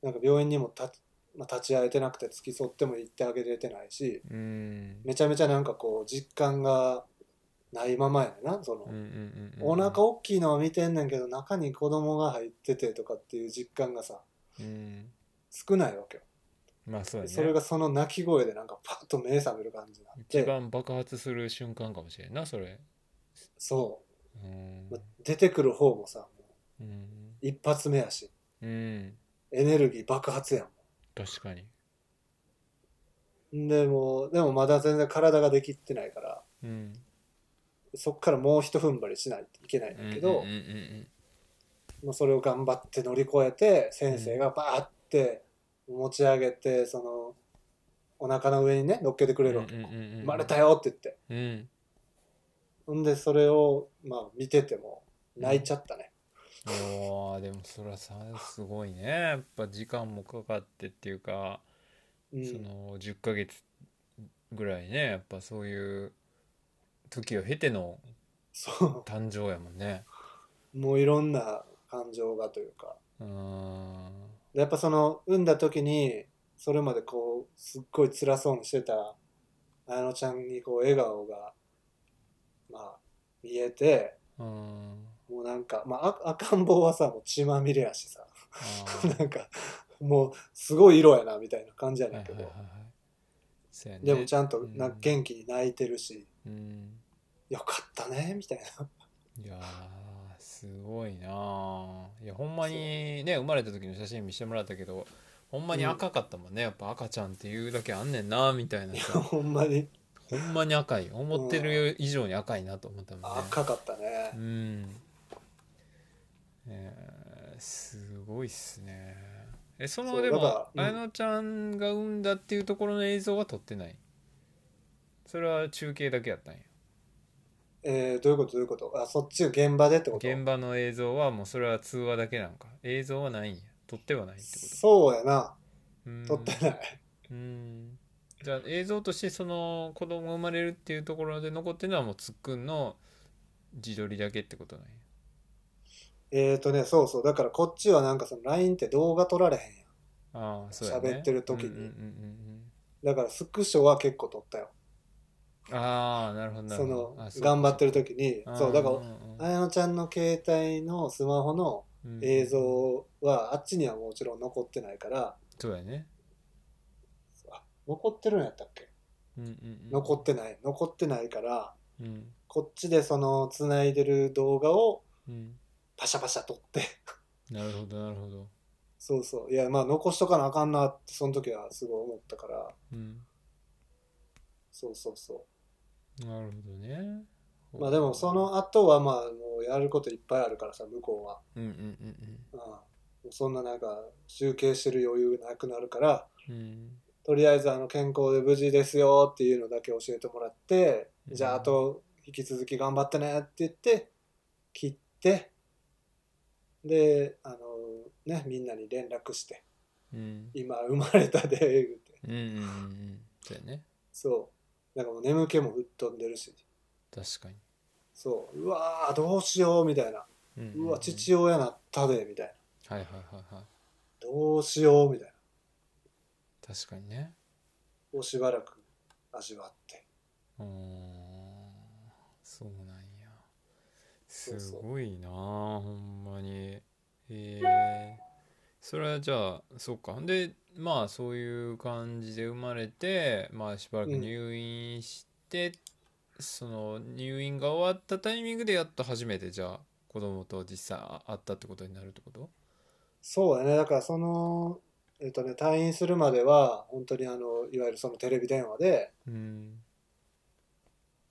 Speaker 2: なんか病院にも立,、まあ、立ち会えてなくて付き添っても行ってあげれてないし
Speaker 1: うん
Speaker 2: めちゃめちゃなんかこう実感がないままやねんなその、
Speaker 1: うんうんうん
Speaker 2: お腹大きいのは見てんねんけど中に子供が入っててとかっていう実感がさ
Speaker 1: うん
Speaker 2: 少ないわけよ、
Speaker 1: まあそうやね
Speaker 2: それがその泣き声でなんかパッと目覚める感じになっ
Speaker 1: 一
Speaker 2: て
Speaker 1: 番爆発する瞬間かもしれんなそれ
Speaker 2: そうう、ま
Speaker 1: ん
Speaker 2: あ出てくる方もさも
Speaker 1: うん、
Speaker 2: う一発目やし
Speaker 1: うん、
Speaker 2: エネルギー爆発や
Speaker 1: 確かに
Speaker 2: もんでもうでもまだ全然体ができってないから
Speaker 1: うん
Speaker 2: そっからもう一踏ん張りしないといけないんだけど、
Speaker 1: うんうんうん
Speaker 2: まあ、それを頑張って乗り越えて先生がバーって持ち上げてそのお腹の上にね乗っけてく
Speaker 1: う
Speaker 2: れ
Speaker 1: ん
Speaker 2: る
Speaker 1: うん
Speaker 2: わけ、
Speaker 1: うんうん
Speaker 2: 生まれたよって言って
Speaker 1: うん
Speaker 2: ほんでそれをまあ見てても泣いちゃったね、
Speaker 1: おーでもそれはさすごいねやっぱ時間もかかってっていうか
Speaker 2: うん
Speaker 1: その10ヶ月ぐらいねやっぱそういう時を経ての
Speaker 2: そ
Speaker 1: 誕生やもんね
Speaker 2: うもういろんな感情がというか
Speaker 1: うーん
Speaker 2: でやっぱその産んだ時にそれまでこうすっごい辛そうにしてた綾乃ちゃんにこう笑顔がまあ見えて
Speaker 1: うーん
Speaker 2: もうなんか、まあ、あ赤ん坊はさもう血まみれやしさ *laughs*
Speaker 1: あ *laughs*
Speaker 2: なんかもうすごい色やなみたいな感じや
Speaker 1: ー
Speaker 2: ねんけど、
Speaker 1: そうやね
Speaker 2: でもちゃんとな
Speaker 1: うん
Speaker 2: 元気に泣いてるし、
Speaker 1: うん
Speaker 2: よかったねみたい
Speaker 1: *laughs*
Speaker 2: な
Speaker 1: いやーすごいなあいやほんまにね生まれた時の写真見せてもらったけどほんまに赤かったもんね、やっぱ赤ちゃんっていうだけあんねんなみたいない
Speaker 2: や
Speaker 1: *laughs* さ
Speaker 2: ほんまに
Speaker 1: ほんまに赤い思ってる以上に赤いなと思ったもんね
Speaker 2: 赤かった
Speaker 1: う
Speaker 2: ね、
Speaker 1: んえーすごいっすねえその
Speaker 2: そう
Speaker 1: で
Speaker 2: だ
Speaker 1: も
Speaker 2: からうん
Speaker 1: 綾乃ちゃんが産んだっていうところの映像は撮ってないそれは中継だけやったんや
Speaker 2: えーどういうことどういうことあそっち現場でってこと
Speaker 1: 現場の映像はもうそれは通話だけなんか映像はないんや撮ってはないってこ
Speaker 2: そうやな
Speaker 1: とうーん
Speaker 2: 撮ってない、
Speaker 1: うんじゃあ映像としてその子供が生まれるっていうところで残ってるのはもうつっくんの自撮りだけってことなんや
Speaker 2: えーとねそうそうだからこっちはなんかその LINE って動画撮られへんやん
Speaker 1: ああそうやね
Speaker 2: 喋ってる時に
Speaker 1: うんうんうん
Speaker 2: だからスクショは結構撮ったよ
Speaker 1: うんああなるほどなる
Speaker 2: そ
Speaker 1: ほ
Speaker 2: の
Speaker 1: どあそう
Speaker 2: 頑張ってる時に
Speaker 1: あー
Speaker 2: そうだか
Speaker 1: ん
Speaker 2: ら
Speaker 1: ん
Speaker 2: 綾乃ちゃんの携帯のスマホの
Speaker 1: うんうん
Speaker 2: 映像はあっちにはもちろん残ってないから
Speaker 1: そうやね
Speaker 2: 残ってるんやったっけ
Speaker 1: うんうんうん
Speaker 2: 残ってない残ってないから
Speaker 1: うん
Speaker 2: こっちでそのつないでる動画を
Speaker 1: うん
Speaker 2: パシャパシャ撮って *laughs*
Speaker 1: なるほどなるほど
Speaker 2: そうそういやまあ残しとかなあかんなってその時はすごい思ったから
Speaker 1: うん
Speaker 2: そうそうそ
Speaker 1: なるほどね
Speaker 2: うまあでもその後はまあもうやることいっぱいあるからさ向こうは
Speaker 1: うんうんうん
Speaker 2: うんもうそんななんか集計してる余裕なくなるから
Speaker 1: うんうん
Speaker 2: とりあえずあの健康で無事ですよっていうのだけ教えてもらって、
Speaker 1: うん
Speaker 2: じゃああと引き続き頑張ってねって言って切ってであのねみんなに連絡して
Speaker 1: うん
Speaker 2: 「今生まれたで」言うて
Speaker 1: うんうんうんうんそうやね
Speaker 2: そうなんかもう眠気も吹っ飛んでるし
Speaker 1: 確かに
Speaker 2: そううわーどうしようみたいな
Speaker 1: うんうんうん
Speaker 2: うわ父親なったでみたいな
Speaker 1: はいはいはいはい
Speaker 2: どうしようみたいな
Speaker 1: 確かにね
Speaker 2: をしばらく味わって。
Speaker 1: うーんそうなんや
Speaker 2: そう
Speaker 1: す
Speaker 2: そう
Speaker 1: ごいなあほんまにへえそれはじゃあそうかでまあそういう感じで生まれてまあしばらく
Speaker 2: うん
Speaker 1: 入院して、その入院が終わったタイミングでやっと初めてじゃあ子供と実際あ会ったってことになるってこと
Speaker 2: そうだね、だからその、えっとね、退院するまでは、本当にあの、いわゆるそのテレビ電話で、
Speaker 1: うん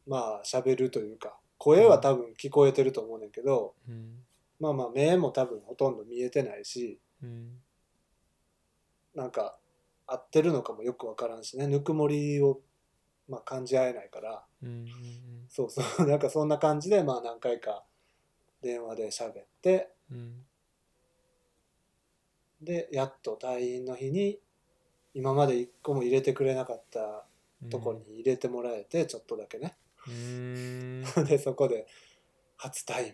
Speaker 2: まあ、喋るというか、声は多分聞こえてると思うねんけど、
Speaker 1: うん
Speaker 2: まあまあ、目も多分ほとんど見えてないし、
Speaker 1: うん
Speaker 2: なんか、合ってるのかもよくわからんしね、ぬくもりを、まあ、感じ合えないから、
Speaker 1: うんうんうん
Speaker 2: そうそう、 *laughs* なんかそんな感じで、まあ、何回か電話で喋って、
Speaker 1: うん
Speaker 2: で、やっと退院の日に、今まで一個も入れてくれなかった
Speaker 1: うん
Speaker 2: とこに入れてもらえて、ちょっとだけね。
Speaker 1: うーん
Speaker 2: でそこで初対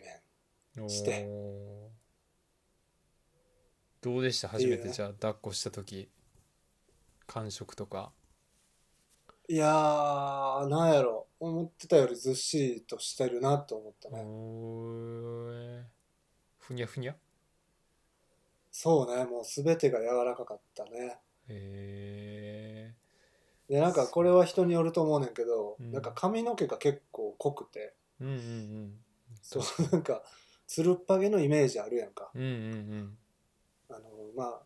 Speaker 2: 面して
Speaker 1: おーどうでした初めてじゃあ抱っこした時感触とか
Speaker 2: いやーなんやろ思ってたよりずっしりとしてるなと思った
Speaker 1: お
Speaker 2: ね、
Speaker 1: ーふにゃふにゃ
Speaker 2: そうねもう全てが柔らかかったね
Speaker 1: へ
Speaker 2: でなんかこれは人によると思うねんけど、
Speaker 1: うん
Speaker 2: なんか髪の毛が結構濃くて
Speaker 1: えうんうん
Speaker 2: そうなんかつるっぱげのイメージあるやんか
Speaker 1: うんうんうん
Speaker 2: あのまあ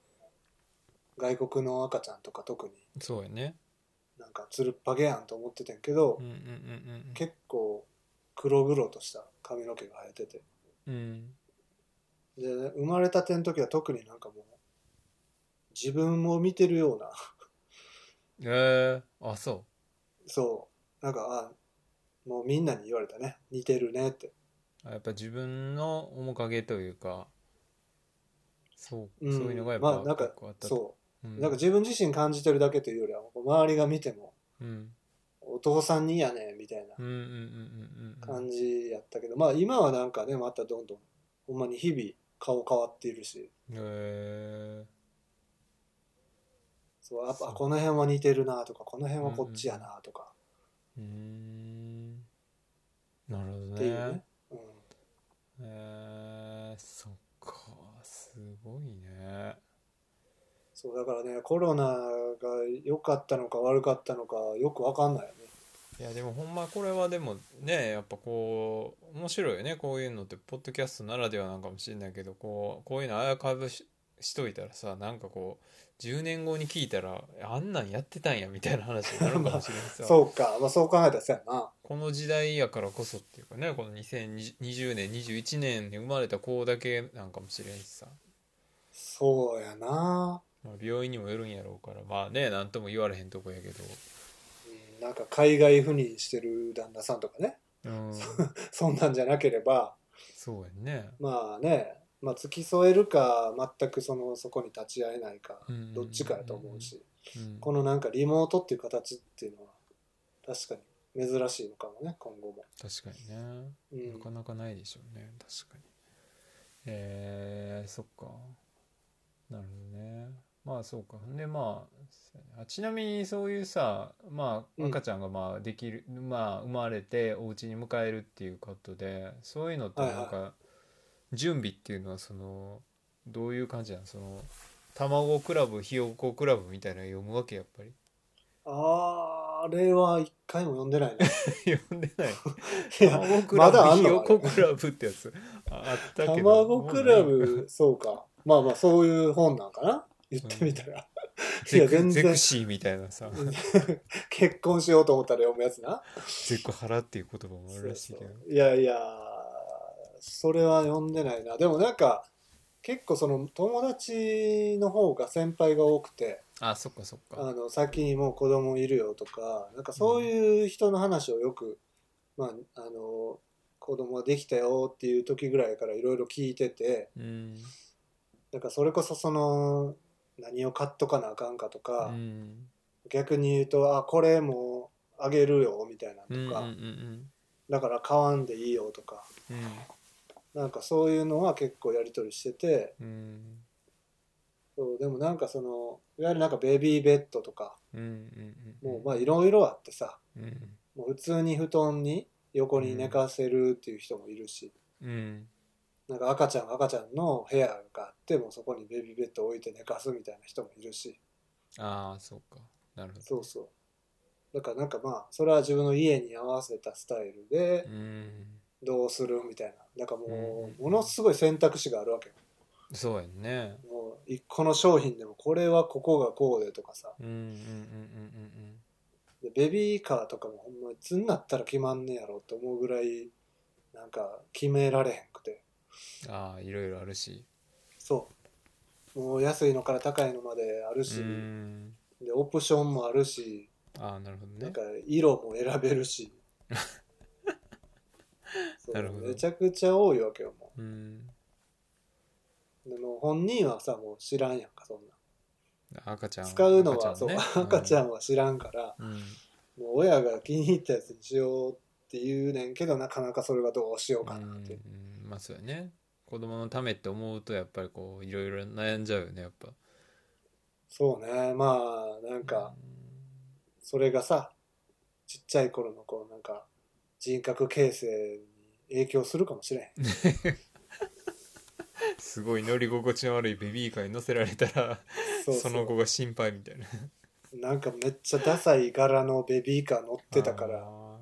Speaker 2: 外国の赤ちゃんとか特に
Speaker 1: うんそうやね
Speaker 2: なんかつるっぱげやんと思っててんけど、
Speaker 1: うんうんうんうん
Speaker 2: 結構黒々とした髪の毛が生えてて
Speaker 1: うん
Speaker 2: で生まれたての時は特になんかもう自分を見てるような *laughs*
Speaker 1: えー、あそ
Speaker 2: そうなんかあもうみんなに言われたね似てるねって
Speaker 1: うあやっぱ自分の面影というかそう、
Speaker 2: うん
Speaker 1: そういうのがやっ
Speaker 2: まあ
Speaker 1: ぱ
Speaker 2: なんか
Speaker 1: 結構あったと、
Speaker 2: そうう、
Speaker 1: ん、
Speaker 2: なんか自分自身感じてるだけというよりは周りが見ても
Speaker 1: うん
Speaker 2: お父さんにやねみたいな
Speaker 1: うんうんうんうんうんうん
Speaker 2: 感じやったけど、まあ今はなんかねまたどんどんほんまに日々顔変わっているし
Speaker 1: へえ
Speaker 2: そうやっぱ
Speaker 1: そう
Speaker 2: あこの辺は似てるなとかこの辺はこっちやなとか
Speaker 1: うーんなるほど
Speaker 2: っていうね、
Speaker 1: ね。
Speaker 2: うん、
Speaker 1: えー、そっか、すごいね。
Speaker 2: そうだからねコロナが良かったのか悪かったのかよく分かんないよね
Speaker 1: いやでもほんまこれはでもねやっぱこう面白いよねこういうのってポッドキャストならではなんかもしれないけどこうこういうのアーカイブししといたらさなんかこう10年後に聞いたらあんなんやってたんやみたいな話になるかもしれないさ
Speaker 2: *laughs* そうか、まあ、そう考えたらそうやな
Speaker 1: この時代やからこそっていうかねこの2020年21年に生まれた子だけなんかもしれんしさ
Speaker 2: そうやな
Speaker 1: まあ、病院にもよるんやろうからまあね何とも言われへんとこやけど
Speaker 2: うんなんか海外赴任してる旦那さんとかね
Speaker 1: うん、
Speaker 2: そんなんじゃなければ
Speaker 1: *laughs* そうやんね。
Speaker 2: まあね、まあ、付き添えるか全くそのそこに立ち会えないか
Speaker 1: うん
Speaker 2: どっちかやと思うし
Speaker 1: うん、
Speaker 2: このなんかリモートっていう形っていうのは確かに珍しいのかもね今後も。
Speaker 1: 確かにね。
Speaker 2: うん
Speaker 1: なかなかないでしょうね確かにえー、そっかなるほどねまあそうかほんでまあそうやねあちなみにそういうさ、ま
Speaker 2: う
Speaker 1: あ、
Speaker 2: ん
Speaker 1: 赤ちゃんがまあできる、まあ、生まれてお家に迎えるっていうことでそういうのってなん
Speaker 2: はい
Speaker 1: か準備っていうのはそのどういう感じなのその卵クラブひよこクラブみたいなの読むわけやっぱり *laughs*
Speaker 2: あーあれは一回も読んでないね。
Speaker 1: 読んでない
Speaker 2: いや
Speaker 1: 卵ク
Speaker 2: ま
Speaker 1: ラ
Speaker 2: だ
Speaker 1: ブ
Speaker 2: あん
Speaker 1: ひ
Speaker 2: の
Speaker 1: よこクラブってやつああったけど
Speaker 2: 卵クラブ、そうか。まあまあ、そういう本なんかな言ってみたら。い
Speaker 1: ゼ
Speaker 2: や、
Speaker 1: ク
Speaker 2: 全
Speaker 1: ゼク
Speaker 2: 然、
Speaker 1: シーみたいなさ
Speaker 2: 結婚しようと思ったら読むやつな。
Speaker 1: ゼクハラっていう言葉もあるらしいけど
Speaker 2: そうそういやいや、それは読んでないな。でもなんか、結構その友達の方が先輩が多くて、
Speaker 1: あそっかそっか
Speaker 2: あの、先にもう子供いるよとか、なんかそういう人の話をよく、まあ、あの、子供ができたよっていう時ぐらいからいろいろ聞いてて、
Speaker 1: うん
Speaker 2: なんかそれこそその何を買っとかなあかんかと
Speaker 1: う
Speaker 2: か、
Speaker 1: ん
Speaker 2: 逆に言うとあこれもあげるよみたいな
Speaker 1: うんうんうん
Speaker 2: のとか、
Speaker 1: うん
Speaker 2: だから買わんでいいよとか
Speaker 1: うん
Speaker 2: なんかそういうのは結構やり取りしてて
Speaker 1: うん
Speaker 2: そうでもなんかそのいわゆるなんかベビーベッドとか
Speaker 1: うんうん
Speaker 2: もうまあいろいろあってさ
Speaker 1: うん
Speaker 2: もう普通に布団に横に寝かせるっていう人もいるし、
Speaker 1: うん
Speaker 2: なんか赤ちゃん赤ちゃんの部屋があってもうそこにベビーベッド置いて寝かすみたいな人もいるし。
Speaker 1: ああそうかなるほど
Speaker 2: そうそう。だからなんかまあ、それは自分の家に合わせたスタイルで、
Speaker 1: うん
Speaker 2: どうするみたいな。なんかも
Speaker 1: うん
Speaker 2: う、ものすごい選択肢があるわけよ。
Speaker 1: そうやんね
Speaker 2: もう、一個の商品でも、これはここがこうでとかさ。
Speaker 1: うんうんうん
Speaker 2: でベビーカーとかもほんま、いつになったら決まんねやろって思うぐらい、なんか決められへんくて。
Speaker 1: うんうんああいろいろあるし
Speaker 2: そう。もう安いのから高いのまである
Speaker 1: う
Speaker 2: し、
Speaker 1: ん
Speaker 2: で、オプションもあるし、
Speaker 1: ああなるほど
Speaker 2: なん
Speaker 1: ね
Speaker 2: か色も選べ
Speaker 1: *laughs*
Speaker 2: るし。そう
Speaker 1: なるほど
Speaker 2: めちゃくちゃ多いわけよ、もう。
Speaker 1: うん
Speaker 2: でも本人はさもう知らんやんかそんな
Speaker 1: 赤ちゃん
Speaker 2: 使うのは
Speaker 1: 赤ちゃんね
Speaker 2: そう赤ちゃんは知らんから、
Speaker 1: うんうん
Speaker 2: もう親が気に入ったやつにしようって言うねんけどなかなかそれがどうしようかなって、
Speaker 1: うんうんまあそうやね子供のためって思うとやっぱりこういろいろ悩んじゃうよねやっぱ
Speaker 2: そうねまあなんかそれがさちっちゃい頃のこうなんか人格形成に影響するかもしれ
Speaker 1: *laughs*
Speaker 2: へん
Speaker 1: うんすごい乗り心地の悪いベビーカーに乗せられたら
Speaker 2: そう
Speaker 1: その子が心配みたいな
Speaker 2: なんかめっちゃダサい柄のベビーカー乗ってたか
Speaker 1: あ
Speaker 2: ら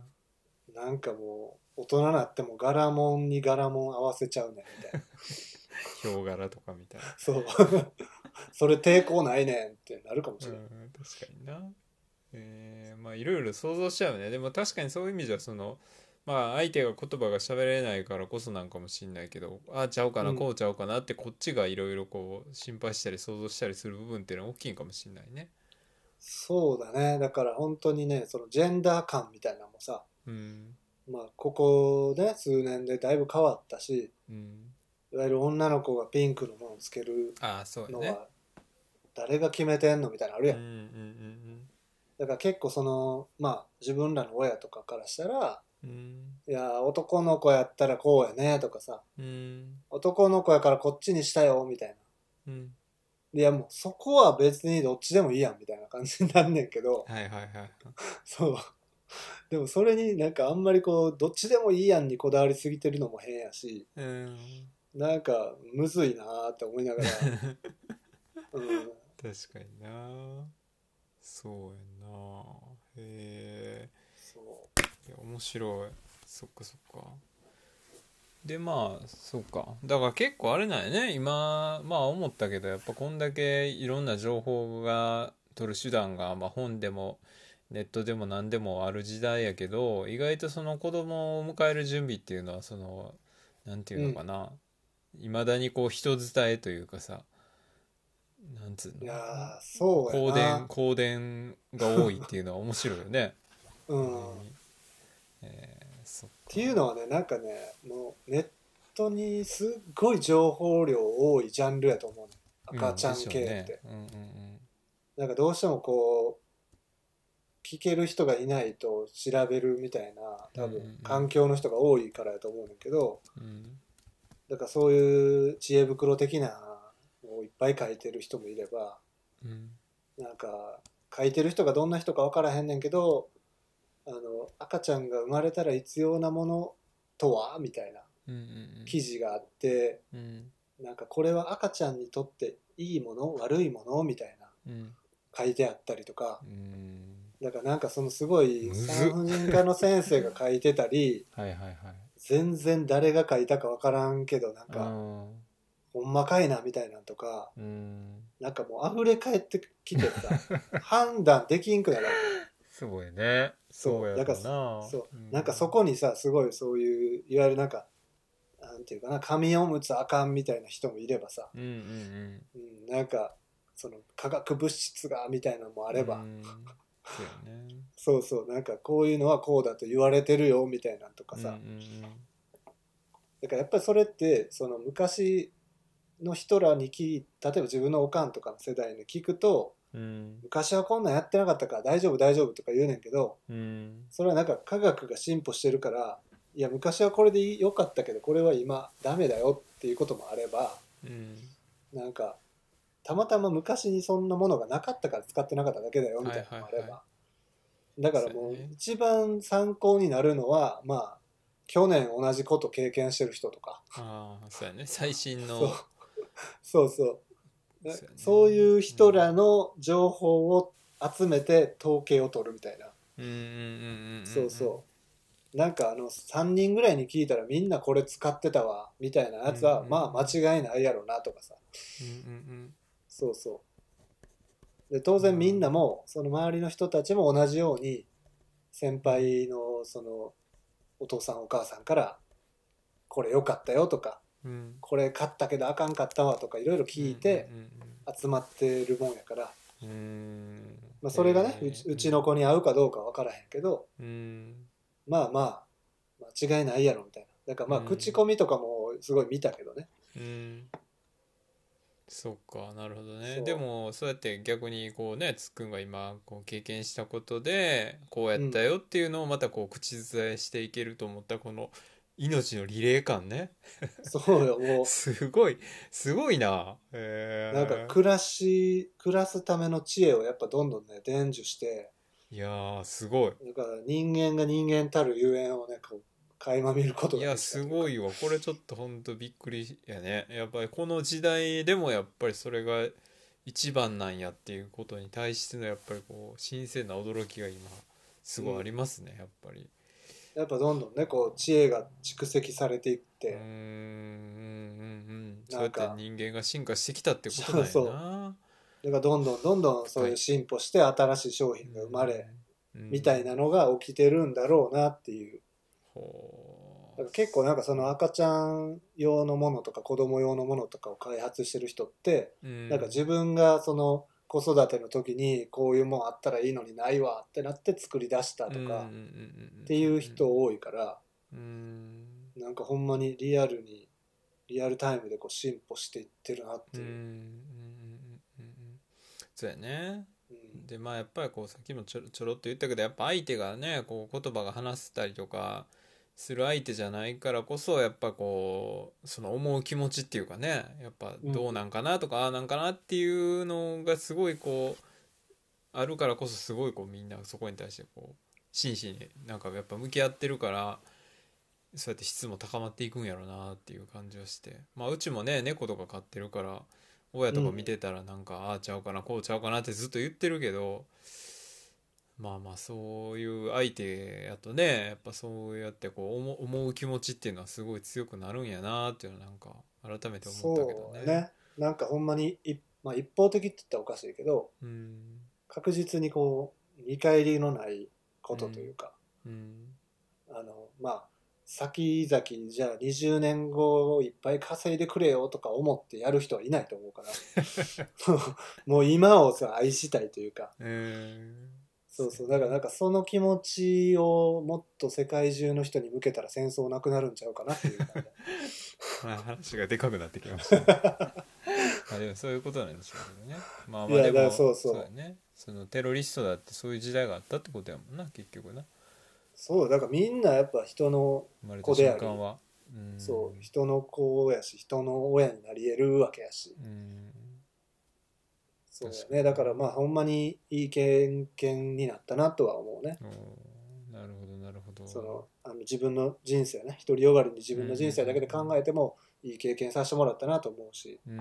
Speaker 2: なんかもう大人になっても柄もんに柄もん合わせちゃうねんみたい
Speaker 1: *laughs*
Speaker 2: な
Speaker 1: ーヒョウ柄とかみたいな、
Speaker 2: そう。 *laughs* それ抵抗ないねんってなるかもし
Speaker 1: う
Speaker 2: れない。
Speaker 1: ん、確かになえーまあいろいろ想像しちゃうよねでも確かにそういう意味じゃそのまあ相手が言葉が喋れないからこそなんかもしんないけどああちゃうかな
Speaker 2: うん
Speaker 1: こうちゃうかなってこっちがいろいろこう心配したり想像したりする部分っていうのは大きいんかもしんないね
Speaker 2: そうだね。だから本当にね、そのジェンダー感みたいなのもさ、
Speaker 1: うん
Speaker 2: まあここね、数年でだいぶ変わったし、
Speaker 1: うん
Speaker 2: いわゆる女の子がピンクのものをつける
Speaker 1: ああそうや
Speaker 2: の
Speaker 1: ね
Speaker 2: は、誰が決めてんのみたいなのあるや
Speaker 1: うんう
Speaker 2: ん。
Speaker 1: ん
Speaker 2: だから結構その、まあ自分らの親とかからしたら、
Speaker 1: うんうん
Speaker 2: いや、男の子やったらこうやねとかさ、
Speaker 1: うんうん
Speaker 2: 男の子やからこっちにしたよみたいな。
Speaker 1: うん
Speaker 2: いやもうそこは別にどっちでもいいやんみたいな感じになんねんけど、 *laughs*
Speaker 1: はいはいはい
Speaker 2: そう。 *laughs* でもそれになんかあんまりこう、どっちでもいいやんにこだわりすぎてるのも変やし、
Speaker 1: うん
Speaker 2: なんかむずいなーって思いな *laughs* がら、うん、
Speaker 1: 確かになそうやなへ
Speaker 2: そ
Speaker 1: えいや面白いそっかそっかでまあそうかだから結構あれなんやね今まあ思ったけどやっぱこんだけいろんな情報が取る手段が、まあ、本でもネットでも何でもある時代やけど意外とその子供を迎える準備っていうのはそのなんていうのかな、いまだにこう人伝えというかさなんつう
Speaker 2: う。
Speaker 1: の
Speaker 2: いやー、そう
Speaker 1: 香
Speaker 2: やな
Speaker 1: 典。香典が多いっていうのは面白いよね
Speaker 2: うん。っ
Speaker 1: えーそっか
Speaker 2: ていうのはね、なんかね、もうネットにすっごい情報量多いジャンルやと思うね。赤ちゃん系って。
Speaker 1: うんでしょうね
Speaker 2: なんかどうしてもこう聞ける人がいないと調べるみたいな多
Speaker 1: うんうんうん
Speaker 2: 分環境の人が多いからやと思うんだけど
Speaker 1: うんうんうん
Speaker 2: だからそういう知恵袋的なのをいっぱい書いてる人もいれば
Speaker 1: うん
Speaker 2: なんか書いてる人がどんな人か分からへんねんけどあの赤ちゃんが生まれたら必要なものとはみたいな
Speaker 1: うんうんうん
Speaker 2: 記事があって
Speaker 1: うん
Speaker 2: なんかこれは赤ちゃんにとっていいもの悪いものみたいな
Speaker 1: うん
Speaker 2: 書いてあったりとか。
Speaker 1: うん
Speaker 2: だからなんかそのすごい
Speaker 1: むずっ
Speaker 2: 産婦人科の先生が書いてた
Speaker 1: *laughs*
Speaker 2: り
Speaker 1: はいはいはい
Speaker 2: 全然誰が書いたか分からんけどなん
Speaker 1: う
Speaker 2: か
Speaker 1: ん
Speaker 2: ほんまかいなみたいなんとか
Speaker 1: うん
Speaker 2: なんかもう溢れ返ってきて
Speaker 1: *laughs*
Speaker 2: さ判断できんくなるわ
Speaker 1: すごいね
Speaker 2: そう
Speaker 1: や
Speaker 2: だか
Speaker 1: ろ
Speaker 2: ら
Speaker 1: な
Speaker 2: けそう
Speaker 1: うん
Speaker 2: なんかそこにさすごいそういういわゆるなんかなんていうかな紙おむつあかんみたいな人もいればさ、
Speaker 1: うんうんうん
Speaker 2: うん、なんかその化学物質がみたいなのもあ
Speaker 1: あ
Speaker 2: れば、
Speaker 1: そうよね
Speaker 2: そうそうなんかこういうのはこうだと言われてるよみたいなんとかさ、
Speaker 1: うんうん
Speaker 2: だからやっぱりそれってその昔の人らに聞い例えば自分のおかんとかの世代に聞くと
Speaker 1: うん
Speaker 2: 昔はこんなんやってなかったから大丈夫大丈夫とか言うねんけど
Speaker 1: うんうん
Speaker 2: それはなんか科学が進歩してるからいや昔はこれで良かったけどこれは今ダメだよっていうこともあれば
Speaker 1: うん
Speaker 2: なんかたまたま昔にそんなものがなかったから使ってなかっただけだよみたいなのもあれば、
Speaker 1: はいはいは
Speaker 2: だからも
Speaker 1: そううやね
Speaker 2: 一番参考になるのはまあ去年同じこと経験してる人とか。
Speaker 1: ああそうやね最新
Speaker 2: そ
Speaker 1: の
Speaker 2: うそうそう
Speaker 1: そうやね
Speaker 2: そういう人らの情報を集めて統計を取るみたいな、
Speaker 1: うんうんうんうん
Speaker 2: そうそうなんかあの3人ぐらいに聞いたらみんなこれ使ってたわみたいなやつは、
Speaker 1: うん
Speaker 2: まあ間違いないやろうなとかさ
Speaker 1: うんうん
Speaker 2: そうそうで当然みんなもその周りの人たちも同じように先輩のそのお父さんお母さんからこれ良かったよとか
Speaker 1: うんうん
Speaker 2: これ買ったけどあかんかったわとかいろいろ聞いて、
Speaker 1: うんうんうん
Speaker 2: 集まってるもんやから、
Speaker 1: うーん
Speaker 2: まあ、それがね、
Speaker 1: えー
Speaker 2: うちうちの子に合うかどうか分からへんけど
Speaker 1: うん
Speaker 2: まあまあ間違いないやろみたいなだからまあ
Speaker 1: うん
Speaker 2: 口コミとかもすごい見たけど
Speaker 1: *laughs*
Speaker 2: ね、
Speaker 1: うんそっかなるほど
Speaker 2: そ
Speaker 1: ね
Speaker 2: う
Speaker 1: でもそうやって逆にこうねつっくんが今こう経験したことでこうやったよっていうのをまたこう口伝えしていけると思ったこの命のリレー感ね
Speaker 2: そうよも
Speaker 1: すごいすごいなえ
Speaker 2: う
Speaker 1: ー
Speaker 2: なんか暮らし暮らすための知恵をやっぱどんどんね伝授して
Speaker 1: いやーすごい
Speaker 2: だから人間が人間たるゆえんをねこう垣間見ること
Speaker 1: い
Speaker 2: が
Speaker 1: やすご
Speaker 2: い
Speaker 1: いわこれちょっとほんとびっくりやねやっぱりこの時代でもやっぱりそれが一番なんやっていうことに対してのやっぱりこう新鮮な驚きが今すごいありますね、やっぱり
Speaker 2: やっぱどんどんねこう知恵が蓄積されていっ
Speaker 1: うーんうんう
Speaker 2: て、
Speaker 1: んうんそう
Speaker 2: な
Speaker 1: や
Speaker 2: ん
Speaker 1: っ
Speaker 2: か
Speaker 1: て人間が進化してきたってことだよな
Speaker 2: そうそうだからどんどんどんどんそういう進歩して新しい商品が生まれ、
Speaker 1: うん
Speaker 2: みたいなのが起きてるんだろうなっていう
Speaker 1: ほ
Speaker 2: だ
Speaker 1: う
Speaker 2: から結構なんかその赤ちゃん用のものとか子供用のものとかを開発してる人って、
Speaker 1: うん
Speaker 2: なんか自分がその子育ての時にこういうもんあったらいいのにないわってなって作り出したと
Speaker 1: うんうんうん
Speaker 2: か
Speaker 1: うんうん
Speaker 2: っていう人多いから、
Speaker 1: うん
Speaker 2: なんかほんまにリアルにリアルタイムでこう進歩していってるなっ
Speaker 1: うん
Speaker 2: て
Speaker 1: うんうんうんう
Speaker 2: いう。
Speaker 1: んそうやね
Speaker 2: うん
Speaker 1: でまあやっぱりこうさっきもちょろちょろっと言ったけどやっぱ相手がねこう言葉が話せたりとかする相手じゃないからこそやっぱこうその思う気持ちっていうかねやっぱどうなんかなとか、ああなんかなっていうのがすごいこうあるからこそすごいこうみんなそこに対してこう真摯になんかやっぱ向き合ってるからそうやって質も高まっていくんやろうなっていう感じはしてまあうちもね猫とか飼ってるから親とか見てたらなんか、ああちゃうかなこうちゃうかなってずっと言ってるけどまあまあそういう相手やとねやっぱそうやってこう思思う気持ちっていうのはすごい強くなるんやなっていうのはなんか改めて思ったけど
Speaker 2: そ
Speaker 1: ね。
Speaker 2: うねなんかほんまにい、まあ、一方的って言ったらおかしいけど
Speaker 1: うん
Speaker 2: 確実にこう見返りのないことというか、
Speaker 1: うん
Speaker 2: あのまあ先々じゃあ20年後をいっぱい稼いでくれよとか思ってやる人はいない
Speaker 1: *laughs*
Speaker 2: と思うからもう今をさ愛したいというか
Speaker 1: えー
Speaker 2: そうそうだからなんかその気持ちをもっと世界中の人に向けたら戦争なくなるんちゃうかなっていう感
Speaker 1: *laughs*
Speaker 2: じ
Speaker 1: はい話がでかくなってきました、
Speaker 2: *laughs*
Speaker 1: ね、まあでもそういうことなんでしょうけどねまあ
Speaker 2: い
Speaker 1: まあ
Speaker 2: や
Speaker 1: で
Speaker 2: だか
Speaker 1: も
Speaker 2: らそうそう
Speaker 1: だねそのテロリストだってそういう時代があったってことやもんな結局な
Speaker 2: そうだからみんなやっぱ人の、
Speaker 1: 生まれた
Speaker 2: 子であ
Speaker 1: 瞬
Speaker 2: り
Speaker 1: 間はうん
Speaker 2: そう人の子やし人の親になり得るわけやし
Speaker 1: うん
Speaker 2: そう
Speaker 1: 確
Speaker 2: だ
Speaker 1: かに
Speaker 2: ねだからまあほんまにいい経験になったなとは思うね
Speaker 1: おーなるほどなるほど
Speaker 2: そのあの自分の人生ね独りよがりに自分の人生だけで考えてもいい経験させてもらったなと思うし、
Speaker 1: うん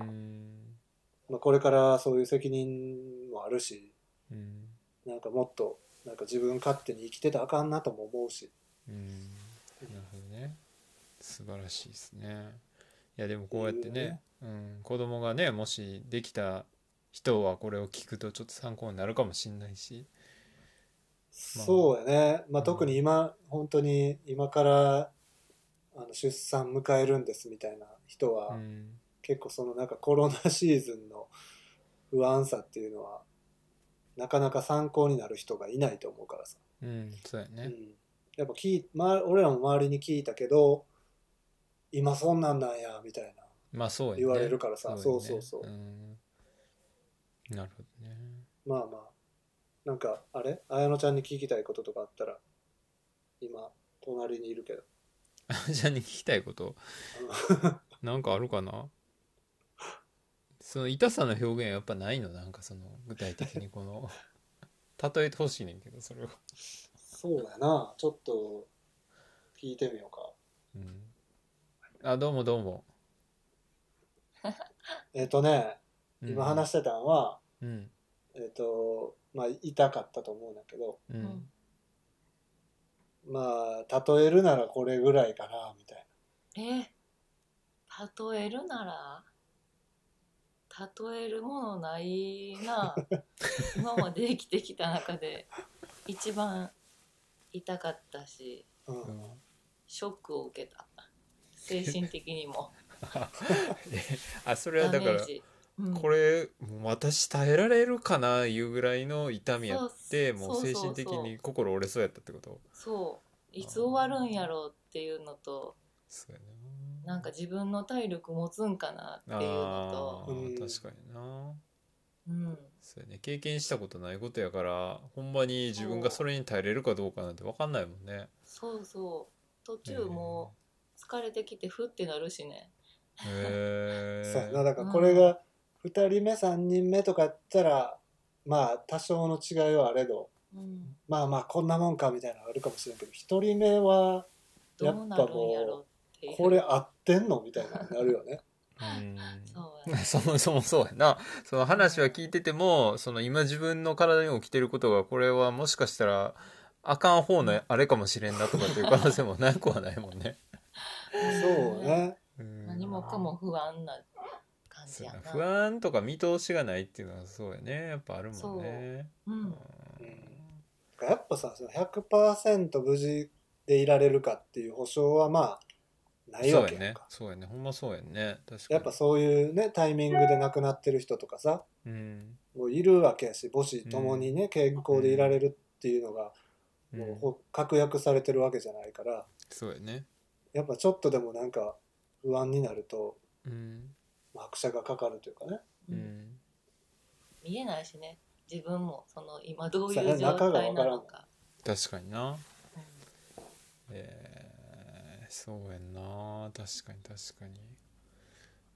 Speaker 2: まあ、これからそういう責任もあるし
Speaker 1: うん
Speaker 2: なんかもっとなんか自分勝手に生きてたらあかんなとも思うし
Speaker 1: うんなるほどね素晴らしいですねいやでもこうやってね、うん、子供がねもしできた人はこれを聞くとちょっと参考になるかもしれないしまあ
Speaker 2: そうやね、ま
Speaker 1: う
Speaker 2: あ、
Speaker 1: ん
Speaker 2: 特に今、本当に今からあの出産迎えるんですみたいな人は、
Speaker 1: うん
Speaker 2: 結構そのなんかコロナシーズンの不安さっていうのはなかなか参考になる人がいないと思うからさ、
Speaker 1: うんそうや
Speaker 2: う
Speaker 1: ね
Speaker 2: ん、やっぱ聞い、ま、俺らも周りに聞いたけど今そんなんなんやみたいな
Speaker 1: まあそうやね
Speaker 2: 言われるからさ、そう
Speaker 1: やね
Speaker 2: そうそう、
Speaker 1: んなるほどね *laughs*
Speaker 2: まあまあなんかあれ綾乃ちゃんに聞きたいこととかあったら今隣にいるけど *laughs*
Speaker 1: あじゃあね聞きたいことなんかあるかなその痛さの表現やっぱないのなんかその具体的にこ
Speaker 2: *laughs*
Speaker 1: の例えてほしいねんけどそれを、
Speaker 2: そうやなちょっと聞いてみようか
Speaker 1: うん、あどうもどうも、
Speaker 2: えっ、とね
Speaker 1: うん
Speaker 2: 今話してたんは、
Speaker 1: うん
Speaker 2: えっ、とまあ痛かったと思うんだけど
Speaker 1: うん、
Speaker 3: うん
Speaker 2: まあ例えるならこれぐらいかなみたい
Speaker 3: え例えるなら例えるものない
Speaker 1: *laughs*
Speaker 3: な今まで生きてきた中で一番痛かったし
Speaker 2: な、うん
Speaker 1: うん
Speaker 3: ショックを受けた精神的にも
Speaker 1: えあ *laughs* それは
Speaker 3: ダメ
Speaker 1: だから
Speaker 3: ージ、うん
Speaker 1: これもう私耐えられるかないうぐらいの痛みやって
Speaker 3: そう
Speaker 1: もう精神的
Speaker 3: そうそうそ
Speaker 1: に心折れそうやったってこと
Speaker 3: そういつ終わるんやろうっていうのと
Speaker 1: そうやな
Speaker 3: なんか自分の体力持つんかなっていうの
Speaker 1: あ
Speaker 3: と、
Speaker 1: ー
Speaker 2: うん
Speaker 1: 確かにな
Speaker 3: うん、
Speaker 1: そうやね経験したことないことやからほんまに自分がそれに耐えれるかどうかなんて分かんないもんね
Speaker 3: そうそう途中もう疲れてきてふってなるしね
Speaker 1: へ
Speaker 2: そうやな
Speaker 1: え
Speaker 2: だからこれが2人目3人目とかやったらまあ多少の違いはあれど
Speaker 3: うん
Speaker 2: まあまあこんなもんかみたいなのあるかもしれんけど1人目は
Speaker 3: どうなるんやろうっていう
Speaker 2: これ合ってんのみたいなのになるよね
Speaker 1: うん
Speaker 3: そうや
Speaker 1: *laughs*
Speaker 3: ね
Speaker 1: そもそもそうやなその話は聞いててもその今自分の体に起きてることがこれはもしかしたらあかん方のあれかもしれんなとかっていう可能性もなくはないもんね
Speaker 2: *laughs* そうね
Speaker 1: うん
Speaker 3: 何もかも不安な感
Speaker 1: そ
Speaker 3: じ
Speaker 1: うや
Speaker 3: や
Speaker 1: な
Speaker 3: な
Speaker 1: 不安とか見通しがないっていうのはそうやねやっぱあるもんね
Speaker 3: うん
Speaker 2: やっぱさその100%無事でいられるかっていう保証はまあない
Speaker 1: そ
Speaker 2: わ
Speaker 1: う
Speaker 2: け
Speaker 1: や
Speaker 2: やん
Speaker 1: ね
Speaker 2: か
Speaker 1: そうやねほんまそうやね確かに
Speaker 2: やっぱそういうねタイミングで亡くなってる人とかさ
Speaker 1: うん
Speaker 2: もういるわけやし母子ともにね健康でいられるっていうのが
Speaker 1: うん
Speaker 2: もうほ確約されてるわけじゃないから
Speaker 1: そうやね
Speaker 2: やっぱちょっとでもなんか不安になると
Speaker 1: うん
Speaker 2: まあ拍車がかかるというかね
Speaker 1: う
Speaker 3: うん
Speaker 1: ん
Speaker 3: 見えないしね自分もその今どうい
Speaker 2: そうや
Speaker 3: う
Speaker 2: ね
Speaker 3: 状
Speaker 2: 中が
Speaker 3: 態
Speaker 2: わか
Speaker 3: な
Speaker 2: らん
Speaker 3: のか
Speaker 1: 確かにな
Speaker 3: うん
Speaker 1: えー、そうやんな確かに確かに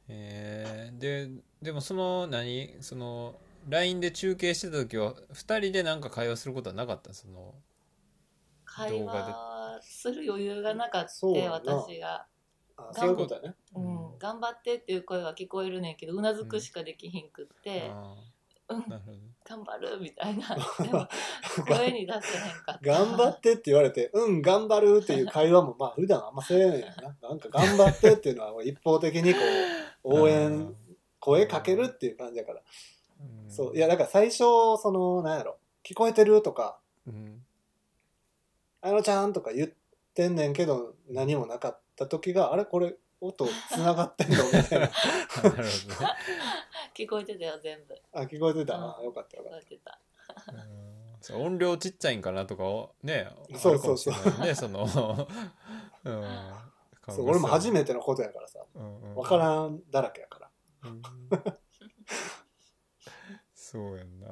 Speaker 1: えー、ででもその何その LINE で中継してた時は2人でなんか会話することはなかったその
Speaker 3: 会
Speaker 1: 動画で
Speaker 3: 話する余裕がなかっ
Speaker 2: そう
Speaker 3: た
Speaker 2: やな
Speaker 3: 私が、
Speaker 2: あ
Speaker 3: 頑固
Speaker 2: そういうことやね
Speaker 3: う
Speaker 1: うん
Speaker 3: ん、頑張ってっていう声は聞こえるねんけどうなずくしかできひんくって、
Speaker 1: あ
Speaker 3: うん
Speaker 1: ーなるほど
Speaker 3: 頑張るみた
Speaker 2: *laughs*
Speaker 3: いなでも声に出せへんかった
Speaker 2: 頑張ってって言われて「うん頑張る」っていう会話もまあ普段あんませえへんやななんか頑張ってっていうのはもう一方的にこう応援声かけるっていう感じだから
Speaker 1: うん
Speaker 2: そういやだから最初そのなんやろ「聞こえてる?」とか
Speaker 1: うん
Speaker 2: 「あのちゃん」とか言ってんねんけど何もなかった時があれこれ音つながってんのみたいな
Speaker 1: なるほどね
Speaker 3: 聞こえてたよ全部聞
Speaker 2: あ聞こえてたあよかったよか
Speaker 3: こ
Speaker 2: っ
Speaker 3: えてた
Speaker 1: うんそう音量ちっちゃいんかなとかをね
Speaker 2: そう
Speaker 1: あるかもしれないよねその *laughs* うん
Speaker 2: そう俺も初めてのことやからさ
Speaker 1: 分
Speaker 2: 分からんだらけやから
Speaker 1: うんそうやんな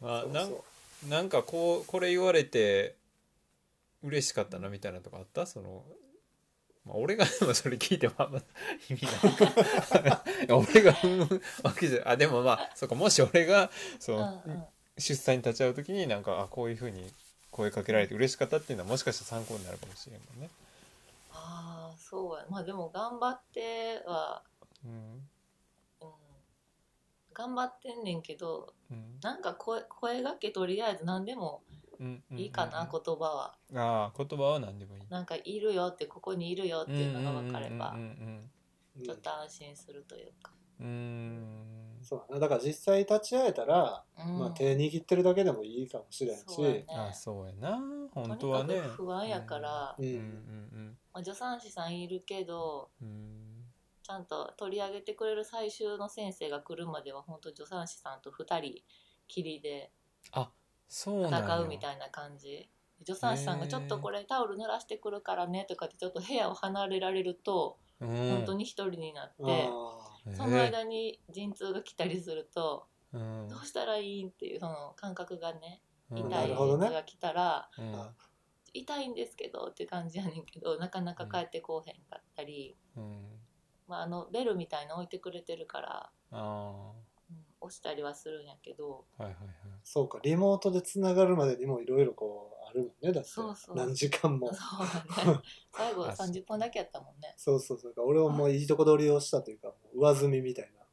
Speaker 1: まあ
Speaker 2: そう
Speaker 1: なん
Speaker 2: そう
Speaker 1: なんかこうこれ言われて嬉しかったなみたいなとかあったその、まあ、俺がでもそれ聞いてもあんま意味ないかい *laughs* や俺がうんうんわけじゃあでもまあそっかもし俺がその、
Speaker 3: うんうん
Speaker 1: 出産に立ち会う時になんかあこういうふうに声かけられて嬉しかったっていうのはもしかしたら参考になるかもしれんもんね。
Speaker 3: ああそうやまあでも頑張っては、
Speaker 1: うん
Speaker 3: うん、頑張ってんねんけど
Speaker 1: うん
Speaker 3: なんか声声がけとりあえず何でも
Speaker 1: うんうん
Speaker 3: いいかな、
Speaker 1: うん
Speaker 3: 言葉は
Speaker 1: ああ言葉は何でもいい。
Speaker 3: なんかいるよってここにいるよっていうのが分かれば
Speaker 1: うんうん
Speaker 2: うん
Speaker 3: ちょっと安心するというか、
Speaker 1: うんうんうーん
Speaker 2: そうだなだから実際立ち会えたら、
Speaker 3: うん
Speaker 2: まあ、手握ってるだけでもいいかもしれんし
Speaker 3: そうやね
Speaker 1: あそうやな
Speaker 3: と
Speaker 1: 本当は
Speaker 3: に
Speaker 1: ね
Speaker 3: かく不安やから、
Speaker 2: うん
Speaker 1: うんうん
Speaker 3: まあ、助産師さんいるけど
Speaker 1: うんうん
Speaker 3: ちゃんと取り上げてくれる最終の先生が来るまでは本当助産師さんと2人きりで
Speaker 1: そうなんや
Speaker 3: 戦うみたいな感じ助産師さんが
Speaker 1: へ
Speaker 3: 「
Speaker 1: ー
Speaker 3: ちょっとこれタオル濡らしてくるからね」とかってちょっと部屋を離れられると
Speaker 1: うん
Speaker 3: 本当に1人になって、
Speaker 2: あ
Speaker 1: へえ
Speaker 3: その間に陣痛が来たりすると
Speaker 1: うん
Speaker 3: どうしたらいいんっていうその感覚がね
Speaker 1: うん
Speaker 3: 痛い
Speaker 2: な
Speaker 3: 陣
Speaker 2: るほど
Speaker 3: 痛
Speaker 2: ね
Speaker 3: が来たら
Speaker 1: うん
Speaker 2: あ
Speaker 3: 痛いんですけどって感じやねんけどなかなか帰ってこうへんかったり、
Speaker 1: うん
Speaker 3: まあ、あのベルみたいなの置いてくれてるから、
Speaker 1: あ
Speaker 3: うん、押したりはするんやけど
Speaker 1: あはいはいはい
Speaker 2: そうかリモートでつながるまでにもいろいろこうあるもんねだって
Speaker 3: そうそう
Speaker 2: 何時間
Speaker 3: *laughs* そう
Speaker 2: も
Speaker 1: *laughs*
Speaker 3: だね最後
Speaker 1: あそう
Speaker 3: 30分だけやったもんね
Speaker 2: そうそうそうだから俺ももういいとこ取りをしたというかもう上積みみたいな、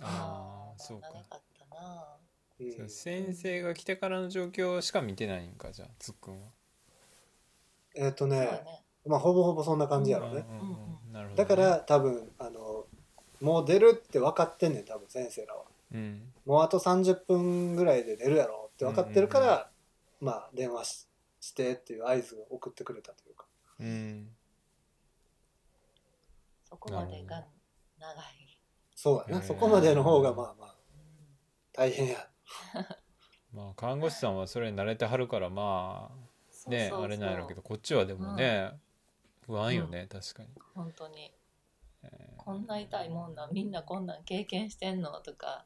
Speaker 1: ああ
Speaker 3: ー
Speaker 1: そうか
Speaker 3: 長かったな
Speaker 2: うん
Speaker 1: そう先生が来てからの状況しか見てないんかじゃあつっくんは
Speaker 2: えっ、と
Speaker 3: そ
Speaker 2: ね
Speaker 3: うやね
Speaker 2: まあほぼほぼそんな感じやろ
Speaker 1: う
Speaker 2: ね、
Speaker 1: んうんうんなるほど
Speaker 2: だ
Speaker 1: ね
Speaker 2: から多分あのもう出るって分かってんねん多分先生らは
Speaker 1: うん
Speaker 2: もうあと30分ぐらいで出るやろって分かってるから、
Speaker 1: うんう
Speaker 2: まあ電話ししてっていう合図を送ってくれたというか
Speaker 1: うん
Speaker 3: そこまでが長い、
Speaker 2: そうや
Speaker 1: うん
Speaker 2: なそこまでの方がまあまあ大変や
Speaker 1: まあ看護師さんはそれに慣れてはるからまあねあれなんやろうけ
Speaker 3: ど
Speaker 1: どこっちはでもね不安よね確かに
Speaker 3: 本当に
Speaker 1: えー
Speaker 3: こんな痛いもんなみんなこんなん経験してんのとか、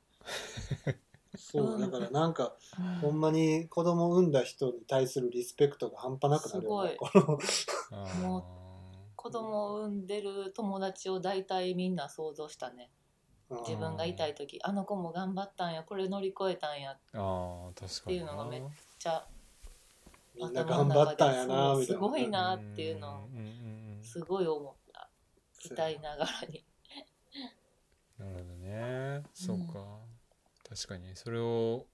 Speaker 2: そうだからなんかほん
Speaker 3: も
Speaker 2: まに子供産んだ人に対するリスペクトが半端なくなるよね
Speaker 3: す
Speaker 2: こ
Speaker 1: あー
Speaker 3: も子供を産んでる友達を大体みんな想像したね
Speaker 2: の
Speaker 3: 自分が痛い時あの子も頑張ったんやこれ乗り越えたんやっ
Speaker 1: あー確かにな
Speaker 3: っていうのがめっちゃ
Speaker 2: みんな頑張ったんやな
Speaker 3: そ
Speaker 2: み
Speaker 3: う
Speaker 2: たい
Speaker 3: す
Speaker 2: な
Speaker 3: ごいなっていうのを
Speaker 1: うんうんうん
Speaker 3: すごい思った痛いながらに
Speaker 1: なるほどねそうか、確かにそれを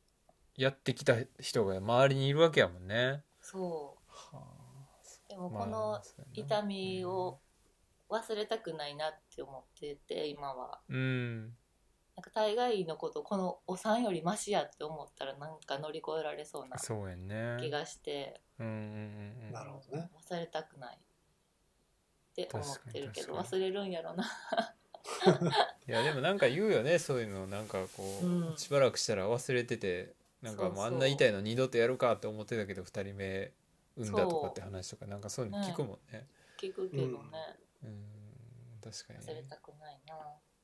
Speaker 1: やってきた人が周りにいるわけやもんね、
Speaker 3: そ
Speaker 1: は
Speaker 3: うでも
Speaker 1: あ
Speaker 3: こ
Speaker 1: ま
Speaker 3: の
Speaker 1: あそうやな
Speaker 3: 痛みを忘れたくないなって思ってて今は
Speaker 1: うん
Speaker 3: なんか大概のことこのお産よりマシやって思ったらなんか乗り越えられそうな
Speaker 1: そうやんね
Speaker 3: 気がして
Speaker 1: うんうんうんうん
Speaker 2: なるほどね
Speaker 3: 忘れたくないって思ってるけど
Speaker 1: 確
Speaker 3: 忘れるんやろない
Speaker 1: やでもなんか言うよねそういうのなんかこう、
Speaker 3: うん
Speaker 1: しばらくしたら忘れててなんか
Speaker 3: そう
Speaker 1: も
Speaker 3: そう
Speaker 1: うあんな痛いの二度とやるかって思ってたけど2人目産んだとかって話とかなんかそういうの聞くもんね
Speaker 3: 聞くけどね、
Speaker 1: うん確かに
Speaker 3: 忘れたくないな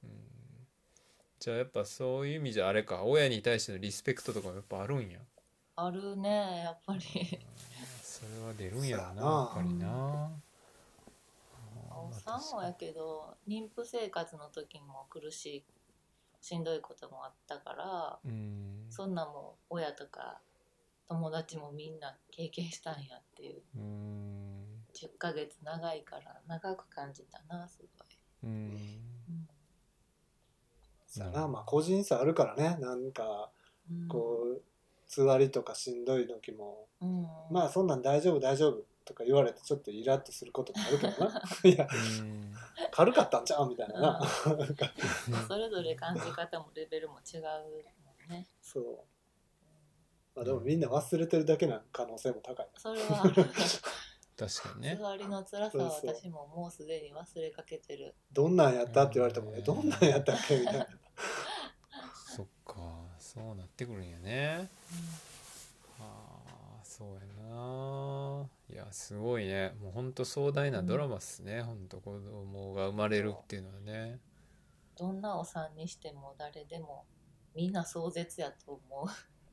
Speaker 1: うんじゃあやっぱそういう意味じゃあれか親に対してのリスペクトとかもやっぱあるんや
Speaker 3: あるねやっぱり
Speaker 1: それは出るんやろな
Speaker 2: そうやな
Speaker 1: やっぱりな
Speaker 3: お産もやけど妊婦生活の時も苦しいしんどいこともあったから
Speaker 1: うん
Speaker 3: そんなんも親とか友達もみんな経験したんやっていう
Speaker 1: うん
Speaker 3: 10ヶ月長いから長く感じたなす
Speaker 1: う
Speaker 3: ごい、
Speaker 1: ん
Speaker 2: そうやなまあ個人差あるからねなんか
Speaker 3: うん
Speaker 2: こうつわりとかしんどい時も
Speaker 3: うん、うん、
Speaker 2: まあそんなん大丈夫大丈夫とか言われてちょっとイラッとすることもあるけどないや
Speaker 1: うん
Speaker 2: 軽かったんちゃうみたいなな
Speaker 3: それぞれ感じ方もレベルも違うもんね
Speaker 2: *laughs* そう、まあ、でもみんな忘れてるだけな可能性も高い
Speaker 3: それ
Speaker 2: *laughs*
Speaker 3: はある
Speaker 1: 確かにね
Speaker 3: 座りの辛さは
Speaker 2: そうそう
Speaker 3: 私ももうすでに忘れかけてる
Speaker 2: どんなんやったって言われても
Speaker 1: う
Speaker 2: ね
Speaker 1: ん
Speaker 2: どんなんやったっけみたいな
Speaker 1: そっかそうなってくるんやね
Speaker 3: う
Speaker 1: そうやないやすごいねもうほんと壮大なドラマっすね、ほんと子供が生まれるっていうのはね
Speaker 3: どんなお産にしても誰でもみんな壮絶やと思う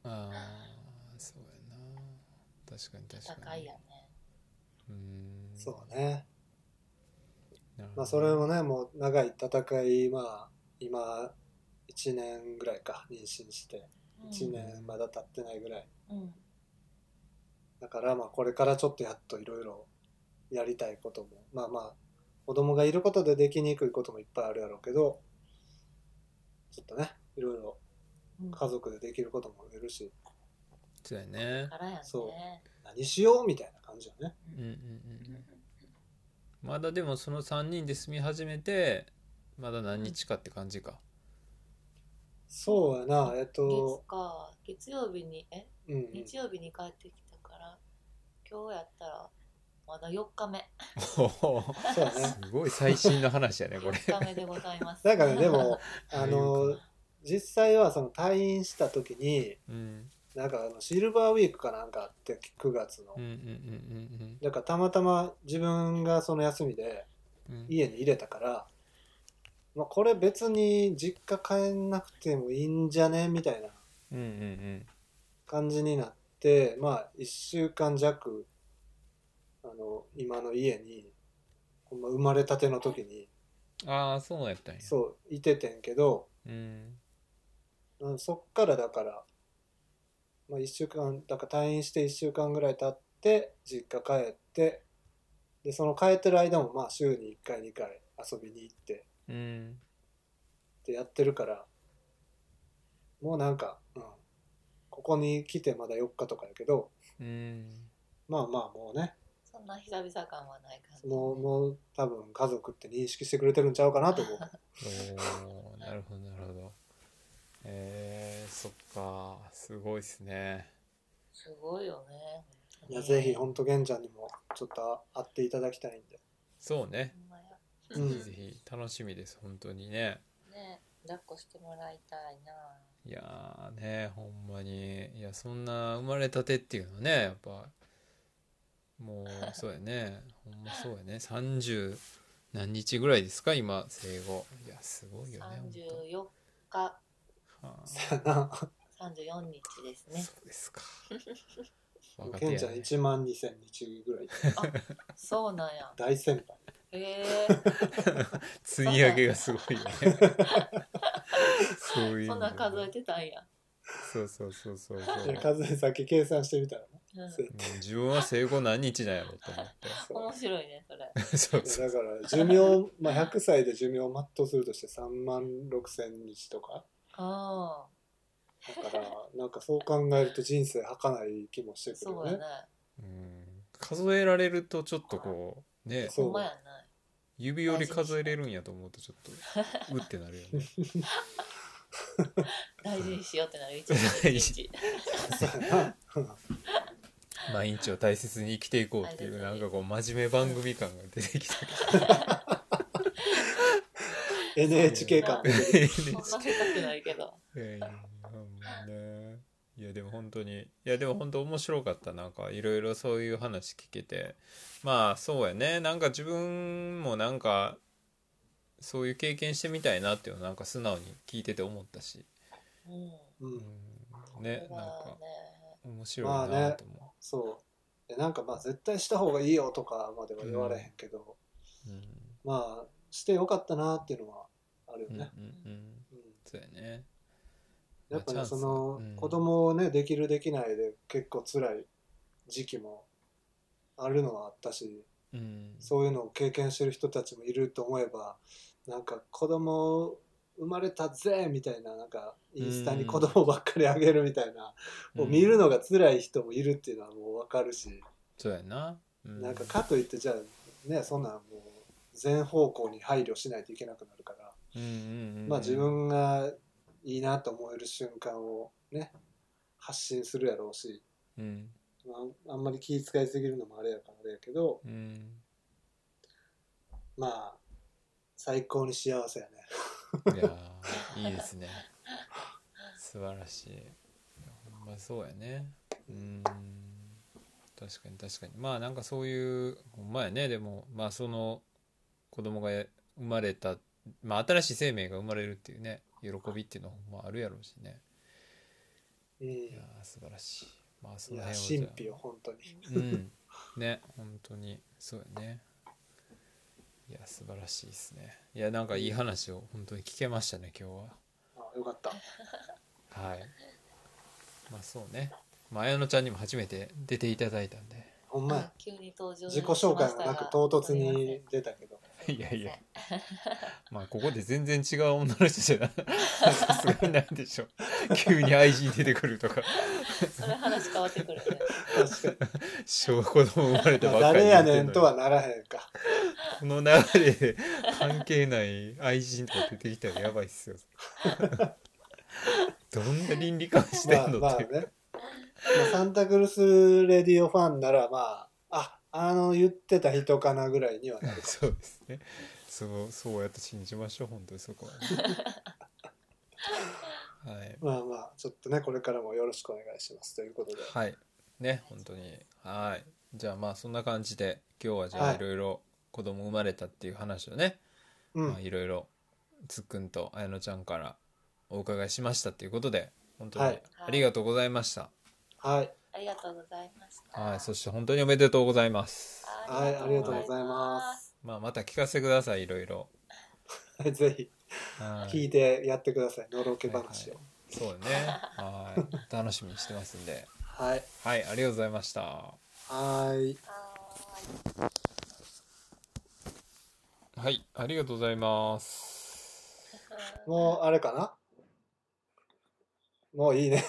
Speaker 1: ああそうやな確かに確か
Speaker 3: 戦
Speaker 1: に
Speaker 3: いやね
Speaker 1: うーん
Speaker 2: *laughs* そうね。
Speaker 1: なるほど
Speaker 2: まあそれもね、もう長い戦い、まあ今、1年ぐらいか、妊娠して。1年まだ経ってないぐらい。
Speaker 3: うん、うん
Speaker 2: だからまあこれからちょっとやっといろいろやりたいこともまあまあ子供がいることでできにくいこともいっぱいあるやろうけどちょっとねいろいろ
Speaker 3: うん、
Speaker 2: 家族でできることも増えるし
Speaker 1: そうやね
Speaker 3: からやね
Speaker 2: そ何しようみたいな感じよね
Speaker 1: うんうんうんうんまだでもその3人で住み始めてまだ何日かって感じか、
Speaker 2: そうやなえっと
Speaker 3: 月か月曜日にえ
Speaker 2: うんうん
Speaker 3: 日曜日に帰ってきたから、今日やったらまだ4日目
Speaker 1: *laughs* おー
Speaker 2: そうやね
Speaker 1: すごい最新の話やね
Speaker 2: *laughs*
Speaker 1: これ
Speaker 3: 4日目でございます
Speaker 2: だからで
Speaker 3: *laughs*
Speaker 2: もあ
Speaker 1: 余裕
Speaker 2: の
Speaker 1: か
Speaker 2: 実際はその退院した時に
Speaker 1: うん
Speaker 2: なんかあのシルバーウィークかなんかあって9月の
Speaker 1: うんうんうん
Speaker 2: だからたまたま自分がその休みで
Speaker 1: うんうん
Speaker 2: 家に入れたから、まあ、これ別に実家帰んなくてもいいんじゃねみたいな
Speaker 1: うんうん
Speaker 2: 感じになってまあ1週間弱あの今の家にほんま生まれたての時に
Speaker 1: うんああそうやったんや
Speaker 2: そういててんけど
Speaker 1: うん
Speaker 2: うんそっからだから、まあ、1週間だから退院して1週間ぐらい経って実家帰ってでその帰ってる間もまあ週に1回2回遊びに行って
Speaker 1: うん
Speaker 2: ってやってるからもうなんか、うん、ここに来てまだ4日とかやけど
Speaker 1: うん
Speaker 2: まあまあもうね
Speaker 3: そんな久々感はない感じ
Speaker 2: もうもう多分家族って認識してくれてるんちゃうかなと思
Speaker 1: *laughs*
Speaker 2: う
Speaker 1: おーなるほどなるほどえー、そっかすごいっすね
Speaker 3: すごいよね
Speaker 2: いやぜひほんと玄ちゃんにもちょっと会っていただきたいんで
Speaker 1: そうね
Speaker 3: ほんまや
Speaker 2: う
Speaker 1: ぜ
Speaker 2: ん
Speaker 1: ひぜひ楽しみです本当にね
Speaker 3: ね抱っこしてもらいたいない
Speaker 1: やーねほんまにいやそんな生まれたてっていうのはねやっぱもうそうやねほんまそうやね30何日ぐらいですか今生後いやすごいよねほんと
Speaker 3: 34日
Speaker 1: はあ
Speaker 2: さあな
Speaker 3: 34日ですね
Speaker 1: そうですか若手や
Speaker 2: 玄
Speaker 1: ね
Speaker 2: ちゃん1万2000日ぐらい
Speaker 3: そうなんや
Speaker 2: 大先輩
Speaker 3: へ
Speaker 2: *laughs*
Speaker 1: 積み上げがすごいよねそういう
Speaker 3: え
Speaker 1: 意
Speaker 3: *laughs* そ
Speaker 1: 味で
Speaker 3: んな
Speaker 1: は
Speaker 3: ん数えてたんや、
Speaker 1: そうそうそうそう *laughs*
Speaker 2: い
Speaker 1: そう
Speaker 2: や数えさっき計算してみたらね
Speaker 3: うん
Speaker 2: そう
Speaker 1: もう自分は生後何日なんやろうと思っ
Speaker 2: そう
Speaker 3: 面白いねそれ
Speaker 1: てそう
Speaker 2: い
Speaker 1: そう
Speaker 2: やだから寿命、まあ、100歳で寿命を全うするとして3万6000日とか
Speaker 3: ああ
Speaker 2: だからなんかそう考えると人生儚い気もしてくる
Speaker 3: そ
Speaker 2: よ
Speaker 3: うや
Speaker 2: ね
Speaker 3: ね
Speaker 1: うん数えられるとちょっとこうね
Speaker 2: そう
Speaker 3: ほんまやね
Speaker 1: 指より数えれるんやと思うとちょっとうってなるよ *laughs* ね
Speaker 3: 大事にしようっ
Speaker 2: *laughs*
Speaker 3: てなる一日一日
Speaker 2: そうやな
Speaker 1: 毎日を大切に生きていこうっていうなんかこう真面目番組感が出てきたけ
Speaker 2: NHK 感出てる
Speaker 3: そんな深くないけど
Speaker 1: どいやほんまね *laughs* いやでも本当にいやでも本当面白かったなんかいろいろそういう話聞けてまあそうやねなんか自分もなんかそういう経験してみたいなっていうのをなんか素直に聞いてて思ったし、
Speaker 3: うん
Speaker 2: うん
Speaker 1: うん、ねな
Speaker 3: それ
Speaker 1: んか
Speaker 3: はね
Speaker 1: 面白いなと思う、
Speaker 2: そうでなんかまあ絶対した方がいいよとかまでは言われへんけど、
Speaker 1: うん
Speaker 2: まあしてよかったなっていうのはあるよ
Speaker 1: うんうん
Speaker 2: ね、
Speaker 1: うん
Speaker 2: うん
Speaker 1: そうやね
Speaker 2: やっぱ
Speaker 1: ま
Speaker 2: ね
Speaker 1: あチャ
Speaker 2: そ
Speaker 1: ンス
Speaker 2: の
Speaker 1: うん
Speaker 2: 子供をねできるできないで結構辛い時期もあるのはあったし
Speaker 1: うん
Speaker 2: そういうのを経験してる人たちもいると思えばなんか子供生まれたぜみたいななんかインスタに子供ばっかりあげるみたいな、を見る
Speaker 1: の
Speaker 2: のが辛い人もいるっていうのはもうわかるし、
Speaker 1: そうやな、う
Speaker 2: なんかかといってじゃあねそんなんもう全方向に配慮しないといけなくなるから、
Speaker 1: うんうんうんうん
Speaker 2: まあ自分がいいなと思える瞬間をね発信するやろうし、
Speaker 1: うん
Speaker 2: まあ、あんまり気遣いすぎるのもあれやからあれやけど
Speaker 1: うん
Speaker 2: まあ最高に幸せやね
Speaker 1: いやーいいですね素晴らしいいやほんまそうやねうん確かに確かにまあなんかそういうほんまやねでもまあその子供が生まれた、まあ、新しい生命が生まれるっていうね喜びっていうのはほんまあるやろうしね
Speaker 2: うん、
Speaker 1: いやー素晴らしいまあそ
Speaker 2: い
Speaker 1: の
Speaker 2: や
Speaker 1: 辺を
Speaker 2: 神
Speaker 1: じ
Speaker 2: 秘よ本当に
Speaker 1: ゃあうんね本当にそうやねいや素晴らしいですねいやなんかいい話を本当に聞けましたね今日は。
Speaker 2: あよかった
Speaker 1: はい。まあそうね。まあ綾乃ちゃんにも初めて出ていただいたんで。
Speaker 2: ほんまや
Speaker 3: 急に登場
Speaker 2: 自己紹介もなく唐突に出たけ
Speaker 1: *laughs*
Speaker 2: ど
Speaker 1: いやいや。まあここで全然違う女の人じゃなさすがにないでしょ。急に愛人出てくるとか、
Speaker 3: それ話変わってくるね
Speaker 2: 確かに
Speaker 1: 小子供生まれたばっかり
Speaker 2: 誰
Speaker 1: 言
Speaker 2: や
Speaker 1: って
Speaker 2: ね
Speaker 1: んの
Speaker 2: ん
Speaker 1: に
Speaker 2: とはならへんか
Speaker 1: この流れで関係ない愛人とか出てきたらやばいっすよ。 *laughs* どんな倫理観して
Speaker 2: まあ
Speaker 1: んの
Speaker 2: まあ
Speaker 1: って
Speaker 2: ね
Speaker 1: いう、
Speaker 2: まあ、サンタクルスレディオファンならまあああの言ってた人かなぐらいにはなるか
Speaker 1: *laughs* そうですね。そう、そうやって信じましょう、本当にそこ
Speaker 2: *laughs*
Speaker 1: は、ね。はい。
Speaker 2: まあまあちょっとねこれからもよろしくお願いしますということで
Speaker 1: はい。ね、本当に。はい。じゃあまあそんな感じで、今日はじゃ
Speaker 2: は
Speaker 1: あ
Speaker 2: い
Speaker 1: いろいろ子供生まれたっていう話をね、
Speaker 2: うん
Speaker 1: まあいろいろつっくんと綾乃ちゃんからお伺いしましたっていうことで、本当
Speaker 2: は
Speaker 1: に
Speaker 2: い
Speaker 1: ありがとうございました。
Speaker 2: はい
Speaker 3: ありがとうございました
Speaker 1: はい。そして本当におめでとうございます。
Speaker 2: はいありがとうございます
Speaker 1: まあまた聞かせてください、いろいろ。
Speaker 2: い *laughs* ぜひ
Speaker 1: はい
Speaker 2: 聞いてやってくださいのろけ話を
Speaker 1: そうだね。はい。楽しみにしてますんで。
Speaker 2: はい
Speaker 1: はい、ありがとうございました。
Speaker 2: はい
Speaker 3: はーい
Speaker 1: はい、ありがとうございます。
Speaker 2: もうあれかなもういいね